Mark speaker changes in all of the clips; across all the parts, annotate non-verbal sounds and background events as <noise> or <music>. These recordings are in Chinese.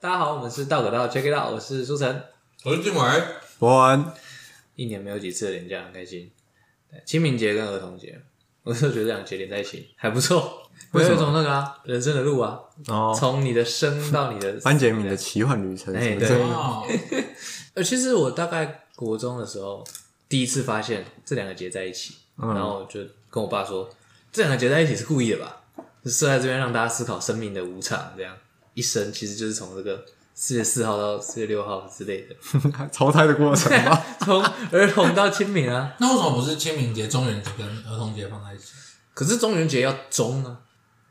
Speaker 1: 大家好，我们是道可道 Check It Out，我是苏晨。
Speaker 2: 我是俊伟，
Speaker 3: 伯恩，
Speaker 1: 一年没有几次的连假，很开心。对清明节跟儿童节，我就觉得这两节连在一起还不 <laughs> 错。我有一种那个啊，人生的路啊，
Speaker 3: 哦，
Speaker 1: 从你的生到你的啊
Speaker 3: 班杰明的奇幻旅程
Speaker 1: 哎
Speaker 3: 什么
Speaker 1: 对
Speaker 3: 之类的，
Speaker 2: 哦，
Speaker 1: 呃，其实我大概国中的时候第一次发现这两个结在一起，然后我就跟我爸说，这两个结在一起是故意的吧？就设在这边让大家思考生命的无常，这样一生其实就是从这个四月四号到四月六号之类的，
Speaker 3: 淘汰的过程吗？
Speaker 1: 从儿童到清明啊。
Speaker 2: 那为什么不是清明节、中元节跟儿童节放在一起？
Speaker 1: 可是中元节要中啊，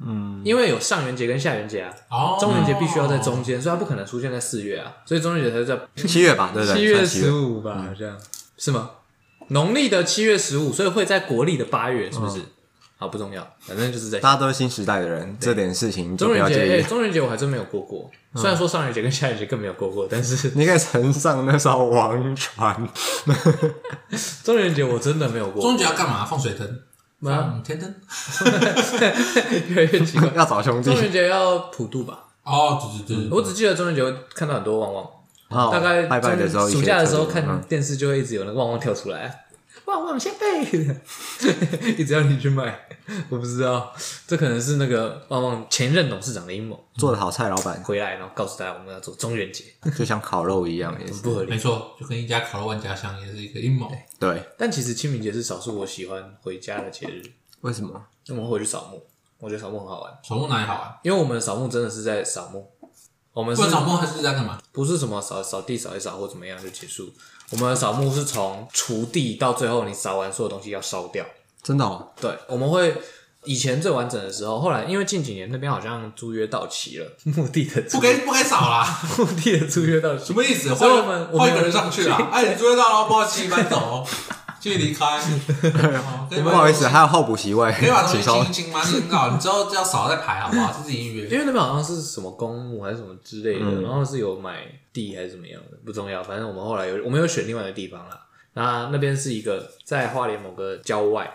Speaker 1: 嗯，因为有上元节跟下元节啊，
Speaker 2: 哦，
Speaker 1: 中元节必须要在中间，所以它不可能出现在四月啊，所以中元节才会在
Speaker 3: <laughs> 七月吧，对不对？嗯
Speaker 1: 七月
Speaker 3: 算
Speaker 1: 十五吧，好像是吗？农历的七月十五，所以会在国历的八月，是不是？好，不重要，反正就是在
Speaker 3: 嗯大家都是新时代的人，这点事情就
Speaker 1: 中
Speaker 3: 不
Speaker 1: 元
Speaker 3: 要
Speaker 1: 节。
Speaker 3: 介
Speaker 1: 哎，
Speaker 3: 意。嗯
Speaker 1: 中元节我还真没有过过，虽然说上元节跟下元节更没有过过，但是
Speaker 3: 你可以乘上那艘王船， <laughs>
Speaker 1: 中元节我真的没有过。
Speaker 2: 中元节要干嘛？放水灯，
Speaker 1: 啊，
Speaker 3: 嗯
Speaker 2: 放天灯。
Speaker 1: 越来越奇怪。
Speaker 3: 要找兄弟
Speaker 1: 中。元节要普渡吧？
Speaker 2: 哦，对对对对，
Speaker 1: 我只记得中元节会看到很多旺旺。
Speaker 3: 哦
Speaker 1: 大概
Speaker 3: 拜拜的时候，
Speaker 1: 暑假的时候
Speaker 3: 一些特嗯
Speaker 1: 看
Speaker 3: 别
Speaker 1: 电视就会一直有那个旺旺跳出来， <laughs> 旺旺仙贝， <laughs> 一直要你去买。 <laughs> 我不知道，这可能是那个旺旺前任董事长的阴谋，
Speaker 3: 嗯做的好菜，老板 <laughs>
Speaker 1: 回来然后告诉大家我们要做中元节，
Speaker 3: 就像烤肉一样，也是
Speaker 1: 不合理
Speaker 2: 没。错，就跟一家烤肉万家香也是一个阴谋。
Speaker 3: 对。
Speaker 1: 但其实清明节是少数我喜欢回家的节日，
Speaker 3: 为什么？
Speaker 1: 我们会去扫墓，我觉得扫墓很好玩，
Speaker 2: 扫墓哪里好玩？
Speaker 1: 因为我们扫墓真的是在扫墓，我们
Speaker 2: 不
Speaker 1: 是
Speaker 2: 然扫墓还是在干嘛？
Speaker 1: 不是什么扫扫地扫一扫或怎么样就结束。我们的扫墓是从锄地到最后你扫完所有东西要烧掉，
Speaker 3: 真的哦，
Speaker 1: 对，我们会以前最完整的时候，后来因为近几年那边好像租约到期了， <laughs> 墓地的租
Speaker 2: 不该不该扫啦，
Speaker 1: <laughs> 墓地的租约到期
Speaker 2: 什，么意思？
Speaker 1: 所以
Speaker 2: 换
Speaker 1: 我们我们
Speaker 2: 换一个人上去啦。哎，你追到了，不好意思，搬走，去离
Speaker 1: <laughs>
Speaker 2: 开。哦可以
Speaker 3: 不
Speaker 2: 把
Speaker 3: 好意思，还有候补席位
Speaker 2: 可以把，东
Speaker 3: <laughs> 请
Speaker 2: 西
Speaker 3: 收
Speaker 2: 清一。清吗？你很好，你之后要扫再排好不好？是自己预
Speaker 1: <laughs>
Speaker 2: 约。
Speaker 1: 因为那边好像是什么公墓还是什么之类的，然后是有买地还是怎么样的，不重要。反正我们后来有我们有选另外一个地方啦，那那边是一个在花莲某个郊外，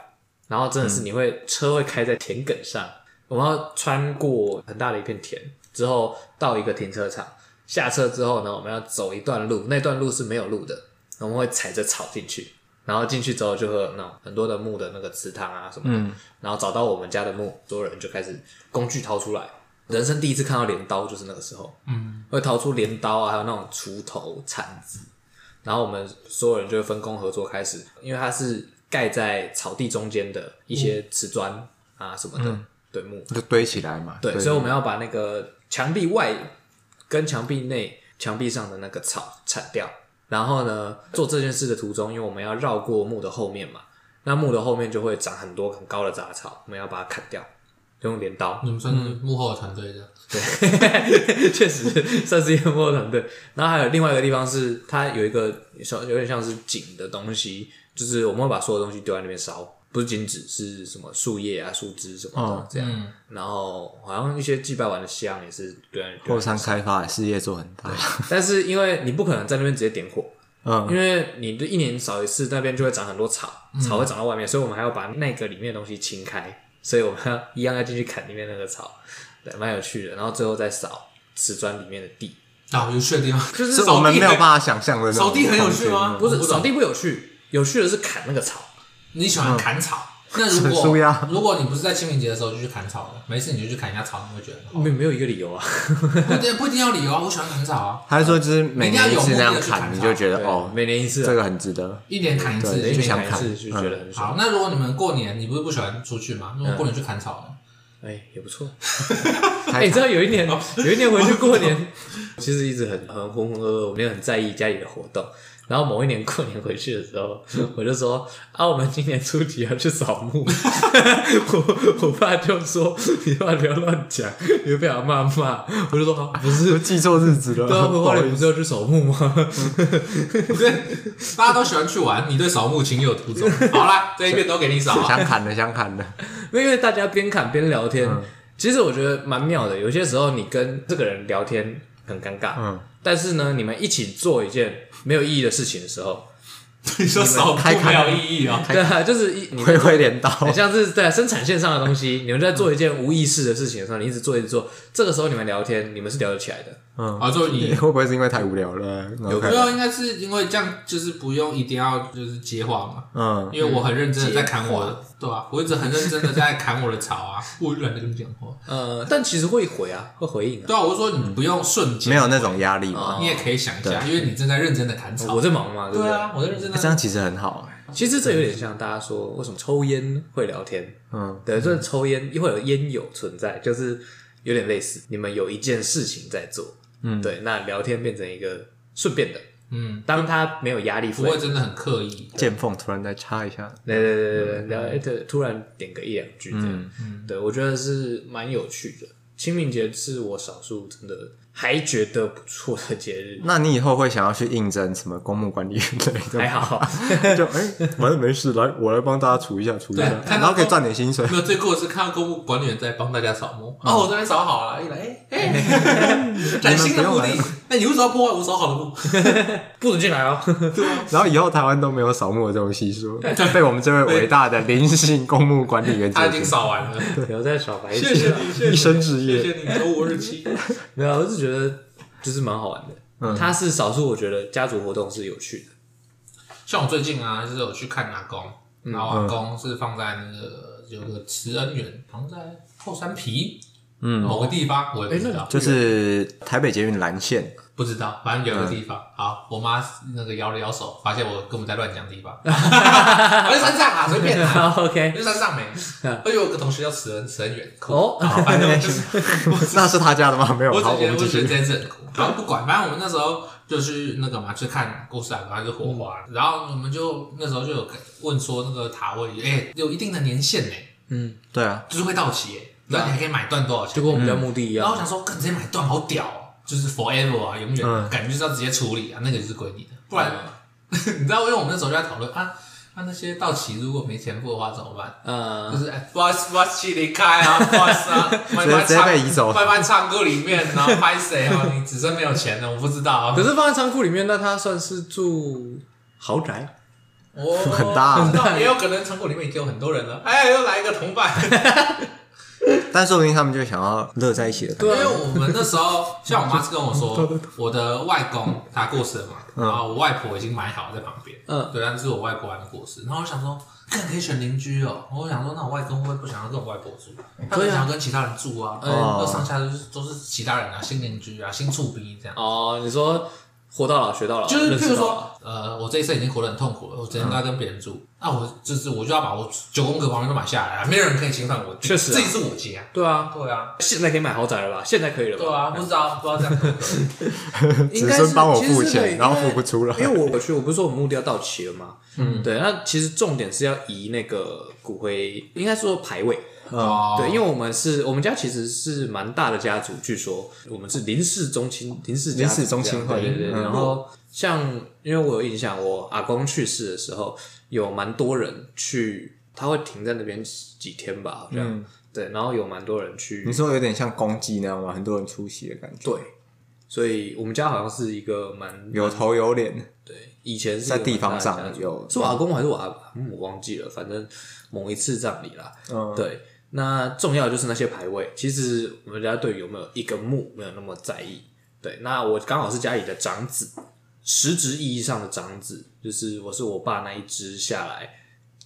Speaker 1: 然后真的是你会、车会开在田埂上，我们要穿过很大的一片田之后到一个停车场，下车之后呢，我们要走一段路，那段路是没有路的，我们会踩着草进去。然后进去之后就会有那种很多的木的那个祠堂啊什么的，然后找到我们家的墓，所有人就开始工具掏出来。人生第一次看到镰刀就是那个时候，嗯，会掏出镰刀啊，还有那种锄头、铲子，然后我们所有人就会分工合作开始，因为它是盖在草地中间的一些瓷砖啊什么的，对木，
Speaker 3: 就堆起来嘛。
Speaker 1: 对，所以我们要把那个墙壁外跟墙壁内、墙壁上的那个草铲掉。然后呢，做这件事的途中，因为我们要绕过木的后面嘛，那木的后面就会长很多很高的杂草，我们要把它砍掉，就用镰刀。
Speaker 2: 你们算是幕后的团队的，
Speaker 1: 对， <laughs> 确实算是幽默团队。然后还有另外一个地方是，它有一个小有点像是井的东西，就是我们会把所有东西丢在那边烧，不是金纸，是什么树叶啊、树枝什么的、这样。
Speaker 2: 嗯
Speaker 1: 然后好像一些祭拜完的香也是对啊，对
Speaker 3: 后
Speaker 1: 啊
Speaker 3: 山开发事业做很大，
Speaker 1: 但是因为你不可能在那边直接点火，
Speaker 3: 嗯，
Speaker 1: 因为你的一年扫一次，那边就会长很多草，草会长到外面，所以我们还要把那个里面的东西清开，所以我们要一样要进去砍里面那个草， <laughs> 对，蛮有趣的。然后最后再扫瓷砖里面的地，
Speaker 2: 啊，有趣的地
Speaker 3: <laughs>
Speaker 2: 方就是
Speaker 3: 我们没有办法想象的那种
Speaker 2: 扫地很有趣吗
Speaker 3: 空间
Speaker 1: 不是
Speaker 2: 我不懂
Speaker 1: 扫地不有趣，有趣的是砍那个草。
Speaker 2: 你喜欢砍草，那如
Speaker 3: 嗯 <laughs> 很舒
Speaker 2: 果
Speaker 3: 压
Speaker 2: 如果你不是在清明节的时候就去砍草了，没事你就去砍一下草，你会觉得
Speaker 3: <laughs>
Speaker 2: 很好
Speaker 1: 没没有一个理由啊，
Speaker 2: 不一定不一定要理由啊，我喜欢砍草啊，
Speaker 3: 还是说就是每年一次那样
Speaker 2: 一定要有目的的
Speaker 3: 砍，
Speaker 2: 去砍
Speaker 3: 你就觉得
Speaker 1: 对
Speaker 3: 哦，
Speaker 1: 每年一次啊、
Speaker 3: 这个很值得。
Speaker 2: 一年砍一次
Speaker 3: 对
Speaker 1: 每
Speaker 3: 就
Speaker 1: 年
Speaker 3: 想
Speaker 1: 砍一次
Speaker 3: 砍
Speaker 1: 就觉得很爽，
Speaker 2: 好，那如果你们过年，你不是不喜欢出去
Speaker 3: 嗯
Speaker 2: 吗？如果过年去砍草呢？
Speaker 3: <laughs>
Speaker 1: 哎、也不错。哎、
Speaker 3: 还
Speaker 1: 你知道有一年，
Speaker 3: 哦
Speaker 1: 有一年回去过年，其实一直很很浑浑噩噩，我没有很在意家里的活动。然后某一年过年回去的时候，
Speaker 3: 嗯
Speaker 1: 我就说啊，我们今年初几要去扫
Speaker 3: <laughs>
Speaker 1: 墓。我我爸就说你爸不要乱讲，你会被阿妈骂。我就说、啊、不
Speaker 3: <laughs>
Speaker 1: 是，
Speaker 3: 是记错日子了，
Speaker 1: 对啊，
Speaker 3: 不
Speaker 1: 花
Speaker 3: 好意
Speaker 1: 莲
Speaker 3: 思
Speaker 1: 不是要去扫墓吗？
Speaker 2: 大家都喜欢去玩，你对扫墓情有独
Speaker 3: <laughs>
Speaker 2: 钟。好啦，这一遍都给你扫啊。
Speaker 3: 想砍的想砍的，
Speaker 1: 因为大家边砍边聊天，其实我觉得蛮妙的。有些时候你跟这个人聊天很尴尬，
Speaker 3: 嗯
Speaker 1: 但是呢，你们一起做一件没有意义的事情的时候，
Speaker 2: <laughs> 你说扫墓
Speaker 3: 开砍
Speaker 2: 没有意义哦，
Speaker 1: 对啊， <laughs> 就是一你
Speaker 3: 挥挥镰刀，
Speaker 1: 很像是在生产线上的东西，你们在做一件无意识的事情的时候，你一直做一直做，这个时候你们聊天，你们是聊得起来的，
Speaker 3: 嗯，
Speaker 2: 啊，就
Speaker 3: <laughs>
Speaker 2: 你
Speaker 3: 会不会是因为太无聊了？然后
Speaker 1: 有
Speaker 3: 开
Speaker 1: 可
Speaker 2: 没有，应该是因为这样，就是不用一定要就是接话嘛，
Speaker 3: 嗯，
Speaker 2: 因为我很认真的在砍我
Speaker 1: 嗯
Speaker 2: 的，对吧、我一直很认真的在砍我的草啊，我懒得跟你讲话。
Speaker 1: 呃，但其实会回啊，会回应啊。
Speaker 2: 对啊，我就说你不用瞬间，
Speaker 3: 没有那种压力嘛。
Speaker 1: 哦
Speaker 2: 你也可以想一下，因为你正在认真的砍草。
Speaker 1: 我在忙嘛，对不
Speaker 2: 对
Speaker 1: 对？
Speaker 2: 啊，我在认真
Speaker 3: 欸
Speaker 2: 的
Speaker 3: 这。样其实很好欸，
Speaker 1: 其实这有点像大家说为什么抽烟会聊天，
Speaker 3: 嗯，
Speaker 1: 对，就是抽烟会有烟友存在，就是有点类似，你们有一件事情在做，
Speaker 3: 嗯
Speaker 1: 对，那聊天变成一个顺便的，
Speaker 2: 嗯，
Speaker 1: 当他没有压力
Speaker 2: 不
Speaker 1: 出来
Speaker 2: 会，真的很刻意。
Speaker 3: 见缝突然再插一下，
Speaker 1: 对对对对对，聊哎对，突然点个一两句这样，对我觉得是蛮有趣的。清明节是我少数真的还觉得不错的节日，
Speaker 3: 那你以后会想要去应征什么公墓管理员之类的
Speaker 1: 还
Speaker 3: 吗？
Speaker 1: 好，
Speaker 3: 就哎，反正没事，来我来帮大家除一下，除一下
Speaker 2: 对，看
Speaker 3: 然
Speaker 2: 到
Speaker 3: 后可以赚点薪水。
Speaker 2: 没有，最酷的是看到公务管理员在帮大家扫墓。哦，我这边扫好了，一来，哎哎，崭新的墓
Speaker 3: 你
Speaker 2: 地
Speaker 3: 们不用。
Speaker 2: 那你为什么要破坏我扫好的墓？
Speaker 1: 不准进来 <laughs> 哦。
Speaker 3: 然后以后台湾都没有扫墓的这种习俗，被我们这位伟大的灵性公墓管理员
Speaker 2: 他
Speaker 3: 解
Speaker 2: 已经
Speaker 3: 决，
Speaker 2: 扫完了。
Speaker 1: 不要再耍白
Speaker 2: 谢
Speaker 1: 痴
Speaker 2: 谢
Speaker 1: 了。
Speaker 2: 你，
Speaker 3: 一
Speaker 2: 谢谢
Speaker 3: 生
Speaker 2: 你，
Speaker 3: 置
Speaker 2: 谢
Speaker 3: 业。
Speaker 2: 谢你，周五二七。
Speaker 1: 没有，我是觉得就是蛮好玩的。它是少数我觉得家族活动是有趣的。
Speaker 2: 像我最近啊，就是有去看阿公，
Speaker 3: 嗯
Speaker 2: 然后阿公是放在那个有个慈恩园，好像在后山皮，嗯，某个地方，我也不知道，
Speaker 3: 就是台北捷运蓝线，
Speaker 2: 不知道，反正有
Speaker 3: 嗯
Speaker 2: 个地方。好，我妈那个摇了摇手，发现我根本在乱讲地
Speaker 3: <laughs>
Speaker 2: 方，我在山上啊，随便啊。
Speaker 1: 好 <laughs> OK，
Speaker 2: 就山上没，
Speaker 3: 嗯
Speaker 2: 而且我有个同学叫慈恩，慈恩远酷。
Speaker 1: 哦
Speaker 2: 好反正我就是
Speaker 3: <laughs> 那是他家的吗？没有，
Speaker 2: 我
Speaker 3: 好，
Speaker 2: 只
Speaker 3: 我
Speaker 2: 觉得
Speaker 3: 们
Speaker 2: 我
Speaker 3: 继
Speaker 2: 只觉得
Speaker 3: 续。
Speaker 2: 这件事很酷，然后不管，反正我们那时候就去那个嘛，去看故事啊，然后就火花，
Speaker 3: 嗯
Speaker 2: 然后我们就那时候就有问说那个塔位，哎、有一定的年限呢、
Speaker 3: 对啊，
Speaker 2: 就是会到期、欸，然后你还可以买断多少钱？
Speaker 1: 就
Speaker 3: 嗯
Speaker 1: 跟我们家墓地一
Speaker 2: 然后我
Speaker 1: 样，
Speaker 2: 想说，跟直接买断好屌、哦，就是 forever 啊，永远、
Speaker 3: 嗯
Speaker 2: 感觉就是要直接处理啊，那个就是归你的，嗯不
Speaker 1: 嗯
Speaker 2: 然、你知道，因为我们那时候就在讨论啊。那、那些到期如果没钱付的话怎么办？
Speaker 1: 呃，
Speaker 2: 就是哎，不好意思，不好意思，离开
Speaker 3: <laughs>
Speaker 2: 啊，不好意思啊，慢慢
Speaker 3: 嗯直接
Speaker 2: 唱
Speaker 3: 被移走
Speaker 2: 慢慢唱歌里面，然后拍谁
Speaker 3: <laughs>
Speaker 2: 啊？你只剩没有钱了，我不知道啊
Speaker 1: 可。是放在仓库里面，那它算是住豪宅，
Speaker 2: 我
Speaker 3: 很大啊
Speaker 2: 不知道也有可能仓库里面已经有很多人了。哎，又来一个同伴，
Speaker 3: 但说不定他们就想要乐在一起的感
Speaker 2: 因
Speaker 1: 啊
Speaker 3: 觉。
Speaker 2: 为我们那时候，像我妈是跟
Speaker 1: <laughs>
Speaker 2: 我说，我的外公他过世了嘛，然后我外婆已经买好在旁边，
Speaker 1: 嗯
Speaker 2: 对，但是我外婆还没过世，然后我想说，看可以选邻居哦，我想说，那我外公会不会不想要跟我外婆住？
Speaker 1: 嗯
Speaker 2: 他可能想要跟其他人住啊，
Speaker 3: 哦
Speaker 2: 那上下都是都是其他人啊，新邻居啊，新厝逼这样。
Speaker 1: 哦，你说活到老学到老，
Speaker 2: 就是
Speaker 1: 认
Speaker 2: 譬
Speaker 1: 识
Speaker 2: 如
Speaker 1: 到嗯老
Speaker 2: 说，呃，我这一生已经活得很痛苦了，我只能该跟别人住，那我就是我就要把我九宫格旁边都买下来啊，没有人可以侵犯我，
Speaker 1: 确实啊
Speaker 2: 这也是我家。
Speaker 1: 对啊，
Speaker 2: 对啊，
Speaker 1: 现在可以买豪宅了吧？现在可以了吧？
Speaker 2: 对啊，不知道不知道这样可不可
Speaker 1: <laughs>
Speaker 2: 以。
Speaker 1: 应该
Speaker 3: 子
Speaker 1: 是
Speaker 3: 孙嗯帮我付
Speaker 1: 其实是
Speaker 3: 钱
Speaker 1: 可以
Speaker 3: 然后
Speaker 1: 因为
Speaker 3: 付不出来
Speaker 1: 因为我我去，我不是说我目标到期了吗？嗯，对，那其实重点是要移那个骨灰，应该说牌位，
Speaker 2: 哦
Speaker 1: 对，因为我们是我们家其实是蛮大的家族，据说我们是林氏宗亲，林氏家
Speaker 3: 林
Speaker 1: 族
Speaker 3: 氏宗
Speaker 1: 这样
Speaker 3: 亲会
Speaker 1: 对对对。
Speaker 3: 嗯
Speaker 1: 然后像因为我有印象，我阿公去世的时候，有蛮多人去，他会停在那边几天吧，好像、对，然后有蛮多人去
Speaker 3: <laughs> 嗯你，说有点像公祭那样吗？很多人出席的感觉，
Speaker 1: 对，所以我们家好像是一个蛮
Speaker 3: 有头有脸，
Speaker 1: 对，以前是
Speaker 3: 在地方上
Speaker 1: 有蛮大的家族
Speaker 3: 有
Speaker 1: 是我阿公还是我阿姆，我忘记了，反正某一次葬礼啦。
Speaker 3: 嗯
Speaker 1: 对，那重要的就是那些牌位，其实我们家对有没有一个墓没有那么在意。对，那我刚好是家里的长子，实质意义上的长子，就是我是我爸那一支下来，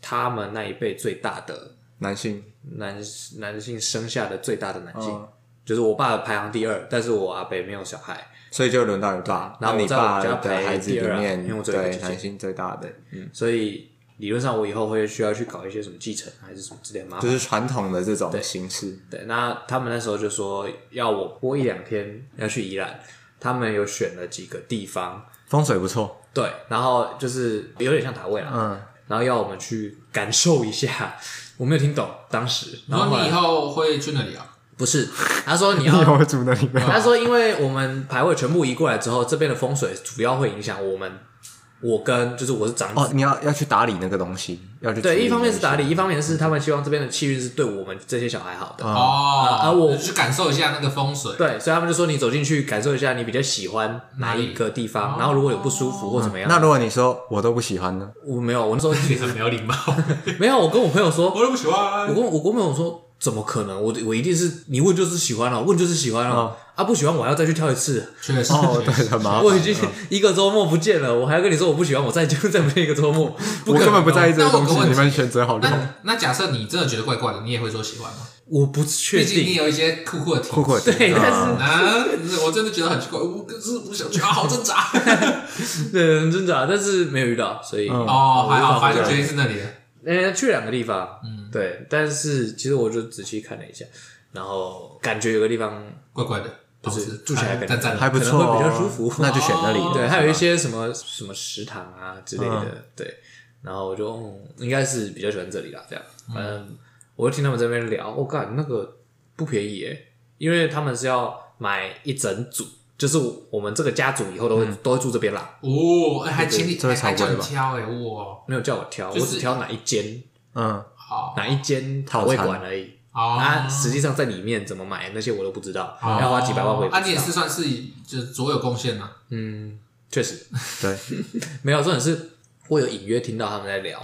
Speaker 1: 他们那一辈最大的
Speaker 3: 男性，
Speaker 1: 男男性生下的最大的男性，
Speaker 3: 嗯
Speaker 1: 就是我爸排行第二，但是我阿伯没有小孩，
Speaker 3: 所以就轮到你爸。
Speaker 1: 然
Speaker 3: 那
Speaker 1: 后我
Speaker 3: 你
Speaker 1: 在我
Speaker 3: 爸
Speaker 1: 家
Speaker 3: 的
Speaker 1: 排
Speaker 3: 孩子
Speaker 1: 第
Speaker 3: 里
Speaker 1: 二啊
Speaker 3: 面
Speaker 1: 因为我，只有一个
Speaker 3: 对
Speaker 1: 姐姐
Speaker 3: 男性最大的，
Speaker 1: 所以理论上我以后会需要去搞一些什么继承还是什么之类的麻
Speaker 3: 就
Speaker 1: 烦。
Speaker 3: 是传统的这种形式。
Speaker 1: 啊对，那他们那时候就说要我播一两天要去宜兰，他们有选了几个地方，
Speaker 3: 风水不错，
Speaker 1: 对，然后就是有点像塔位啦，
Speaker 3: 嗯，
Speaker 1: 然后要我们去感受一下， <laughs> 我没有听懂当时，然
Speaker 2: 然
Speaker 1: 后
Speaker 2: 后
Speaker 1: 后
Speaker 2: 你以
Speaker 1: 来
Speaker 2: 后会去那里啊？
Speaker 1: 不是，他说你
Speaker 3: <laughs> 你以
Speaker 1: 要。
Speaker 3: 后会住那里
Speaker 1: <laughs>
Speaker 3: 面。
Speaker 1: 他说：“因为我们排位全部移过来之后，这边的风水主要会影响我们，我跟就是我是长子
Speaker 3: 哦，你要要去打理那个东西，要去处
Speaker 1: 对，
Speaker 3: 理
Speaker 1: 一方面是
Speaker 3: 那
Speaker 1: 打理，一方面是他们希望这边的气运是对我们这些小孩好的。
Speaker 2: 哦，
Speaker 1: 啊我
Speaker 2: 去感受一下那个风水。
Speaker 1: 对，所以他们就说你走进去感受一下，你比较喜欢哪一个地方，然后如果有不舒服或怎么
Speaker 3: 些。
Speaker 1: 样，
Speaker 3: 那如果你说我都不喜欢呢？
Speaker 1: 我没有，我那时候
Speaker 2: 你很没有礼貌，
Speaker 1: 没有，我跟我朋友说，
Speaker 2: <laughs> 我都不喜欢
Speaker 1: 我。跟我跟我朋友说，怎么可能？我我一定是你问就是喜欢了，问就是喜欢了、啊，不喜欢我还要再去挑一次。
Speaker 2: 确实，
Speaker 3: 哦，
Speaker 2: 确
Speaker 3: <laughs> 对，
Speaker 2: 实
Speaker 3: 很麻
Speaker 1: 我
Speaker 3: 烦
Speaker 1: 已。经一个周末不见了，我还要跟你说我不喜欢，我再见再不见一个周末，不
Speaker 3: 我
Speaker 1: 可
Speaker 3: 根本
Speaker 1: 能。哦
Speaker 3: 不在意这个
Speaker 2: 那我
Speaker 3: 东
Speaker 2: 有个
Speaker 3: 西，
Speaker 2: 问
Speaker 3: 你
Speaker 2: 题
Speaker 3: 们选择好就好。
Speaker 2: 那那假设你真的觉得怪怪的，你也会说喜欢吗？
Speaker 1: 我不
Speaker 2: 毕
Speaker 1: 确
Speaker 2: 竟你
Speaker 1: 定。
Speaker 2: 有一些酷酷的体质
Speaker 3: 酷酷的体质
Speaker 1: 对，
Speaker 3: 啊
Speaker 1: 但是
Speaker 2: 啊，我真的觉得很奇怪，我可是不想去啊，好挣扎。
Speaker 1: 对很挣扎，但是没有遇到，所以
Speaker 3: 嗯
Speaker 2: 哦，还好，
Speaker 1: 我无法
Speaker 2: 反正决定是那里的。
Speaker 1: 呃，去两个地方，嗯，对，但是其实我就仔细看了一下，然后感觉有个地方
Speaker 2: 怪怪的，
Speaker 1: 就
Speaker 2: 同
Speaker 1: 是
Speaker 2: 时
Speaker 1: 住起来感觉
Speaker 2: 赞赞的
Speaker 3: 还不错
Speaker 1: 可能
Speaker 3: 哦，
Speaker 1: 会比较舒服
Speaker 3: 那就选那里。
Speaker 2: 哦嗯
Speaker 1: 对，还有一些什么什么食堂啊之类的，对。然后我就、嗯、应该是比较喜欢这里啦，这样。
Speaker 2: 嗯
Speaker 1: 反正我就听他们这边聊，我、干那个不便宜耶，因为他们是要买一整组，就是我们这个家族以后都
Speaker 2: 嗯
Speaker 1: 会、都会住这边啦，
Speaker 2: 哦，哎还请你
Speaker 3: 这个
Speaker 2: 还还
Speaker 3: 超
Speaker 2: 叫
Speaker 3: 贵
Speaker 2: 你
Speaker 3: 吧
Speaker 2: 挑哎，哇，
Speaker 1: 没有叫我挑，
Speaker 2: 就是哦
Speaker 1: 我只挑哪一间
Speaker 3: 嗯，
Speaker 2: 好
Speaker 1: 哪一间
Speaker 3: 套
Speaker 1: 不会
Speaker 3: 餐
Speaker 1: 馆而已。啊，
Speaker 2: 啊，
Speaker 1: 实际上在里面怎么买那些我都不知道，
Speaker 2: 哦
Speaker 1: 要花几百万我也不
Speaker 2: 啊，
Speaker 1: 知
Speaker 2: 你也
Speaker 1: 道。
Speaker 2: 是算是就是卓有贡献啊呐。
Speaker 1: 嗯，确实。
Speaker 3: 对，
Speaker 1: 没有，重点是我有隐约听到他们在聊，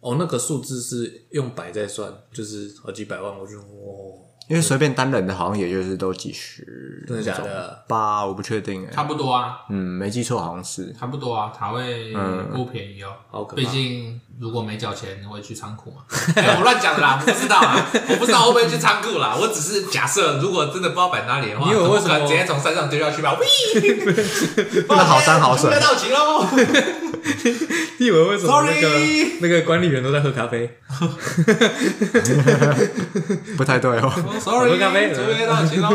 Speaker 1: 哦，那个数字是用百在算，就是好几百万，我就哦，
Speaker 3: 因为随便单人的好像也就是都几十，
Speaker 1: 真的假的？
Speaker 3: 八我不确定哎、
Speaker 2: 差不多啊，
Speaker 3: 嗯，没记错好
Speaker 1: <laughs>
Speaker 3: 像是。
Speaker 2: 差不多啊，台位
Speaker 3: 嗯
Speaker 2: 不便宜哦。
Speaker 1: 好可怕
Speaker 2: 毕竟如果没缴钱，会去仓库嘛？ <laughs> 哎，我乱讲的啦，我不知道啊，我不知道会不会去仓库啦。我只是假设，如果真的不知道摆哪里的话，
Speaker 1: 你以为为什么
Speaker 2: 怎可能直接从山上丢下
Speaker 1: <laughs>
Speaker 2: 去吧？喂，
Speaker 3: 那好山好
Speaker 2: <laughs>
Speaker 3: 水
Speaker 2: 不到齐喽。
Speaker 1: <laughs> 你以为为什么那
Speaker 2: Sorry
Speaker 1: 个 <laughs> 那个管理员都在喝咖啡？
Speaker 3: 不太对哦。
Speaker 1: <laughs>
Speaker 2: Sorry，
Speaker 1: 喝咖啡
Speaker 2: 准备到齐
Speaker 1: <laughs>
Speaker 2: 喽。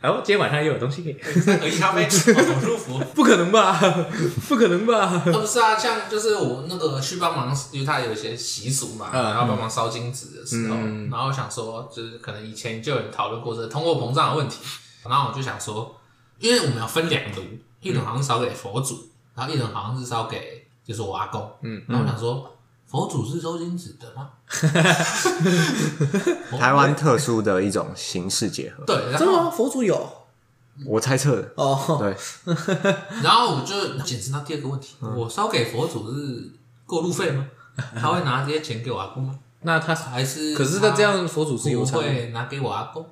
Speaker 1: 哎呦，今天晚上又有东西给，
Speaker 2: 三合一咖啡，哦好舒服。
Speaker 1: <laughs> 不可能吧？ <laughs> 不可能吧？
Speaker 2: <laughs> 啊，不是啊，像就是我那个去帮忙，因为他有一些习俗嘛，
Speaker 1: 嗯
Speaker 2: 然后帮忙烧金纸的时候，然后我想说，就是可能以前就有人讨论过这个通货膨胀的问题，然后我就想说，因为我们要分两炉，一
Speaker 1: 嗯
Speaker 2: 轮好像是烧给佛祖，然后一轮好像是烧给就是我阿公，
Speaker 1: 嗯，
Speaker 2: 然后我想说，佛祖是收金纸的吗？
Speaker 3: 台湾特殊的一种形式结合，
Speaker 2: 对，然
Speaker 1: 真的
Speaker 2: 后
Speaker 1: 吗？佛祖有
Speaker 3: 我猜测的。
Speaker 1: 哦，
Speaker 3: 对，
Speaker 2: 然后我就简直到第二个问题，
Speaker 1: 嗯
Speaker 2: 我烧给佛祖是过路费吗？他会拿这些钱给我阿公吗？
Speaker 1: 那他
Speaker 2: 还是
Speaker 1: 可是那这样佛祖是有
Speaker 2: 不
Speaker 1: 偿，
Speaker 2: 会拿给我阿
Speaker 1: <laughs>
Speaker 2: 公。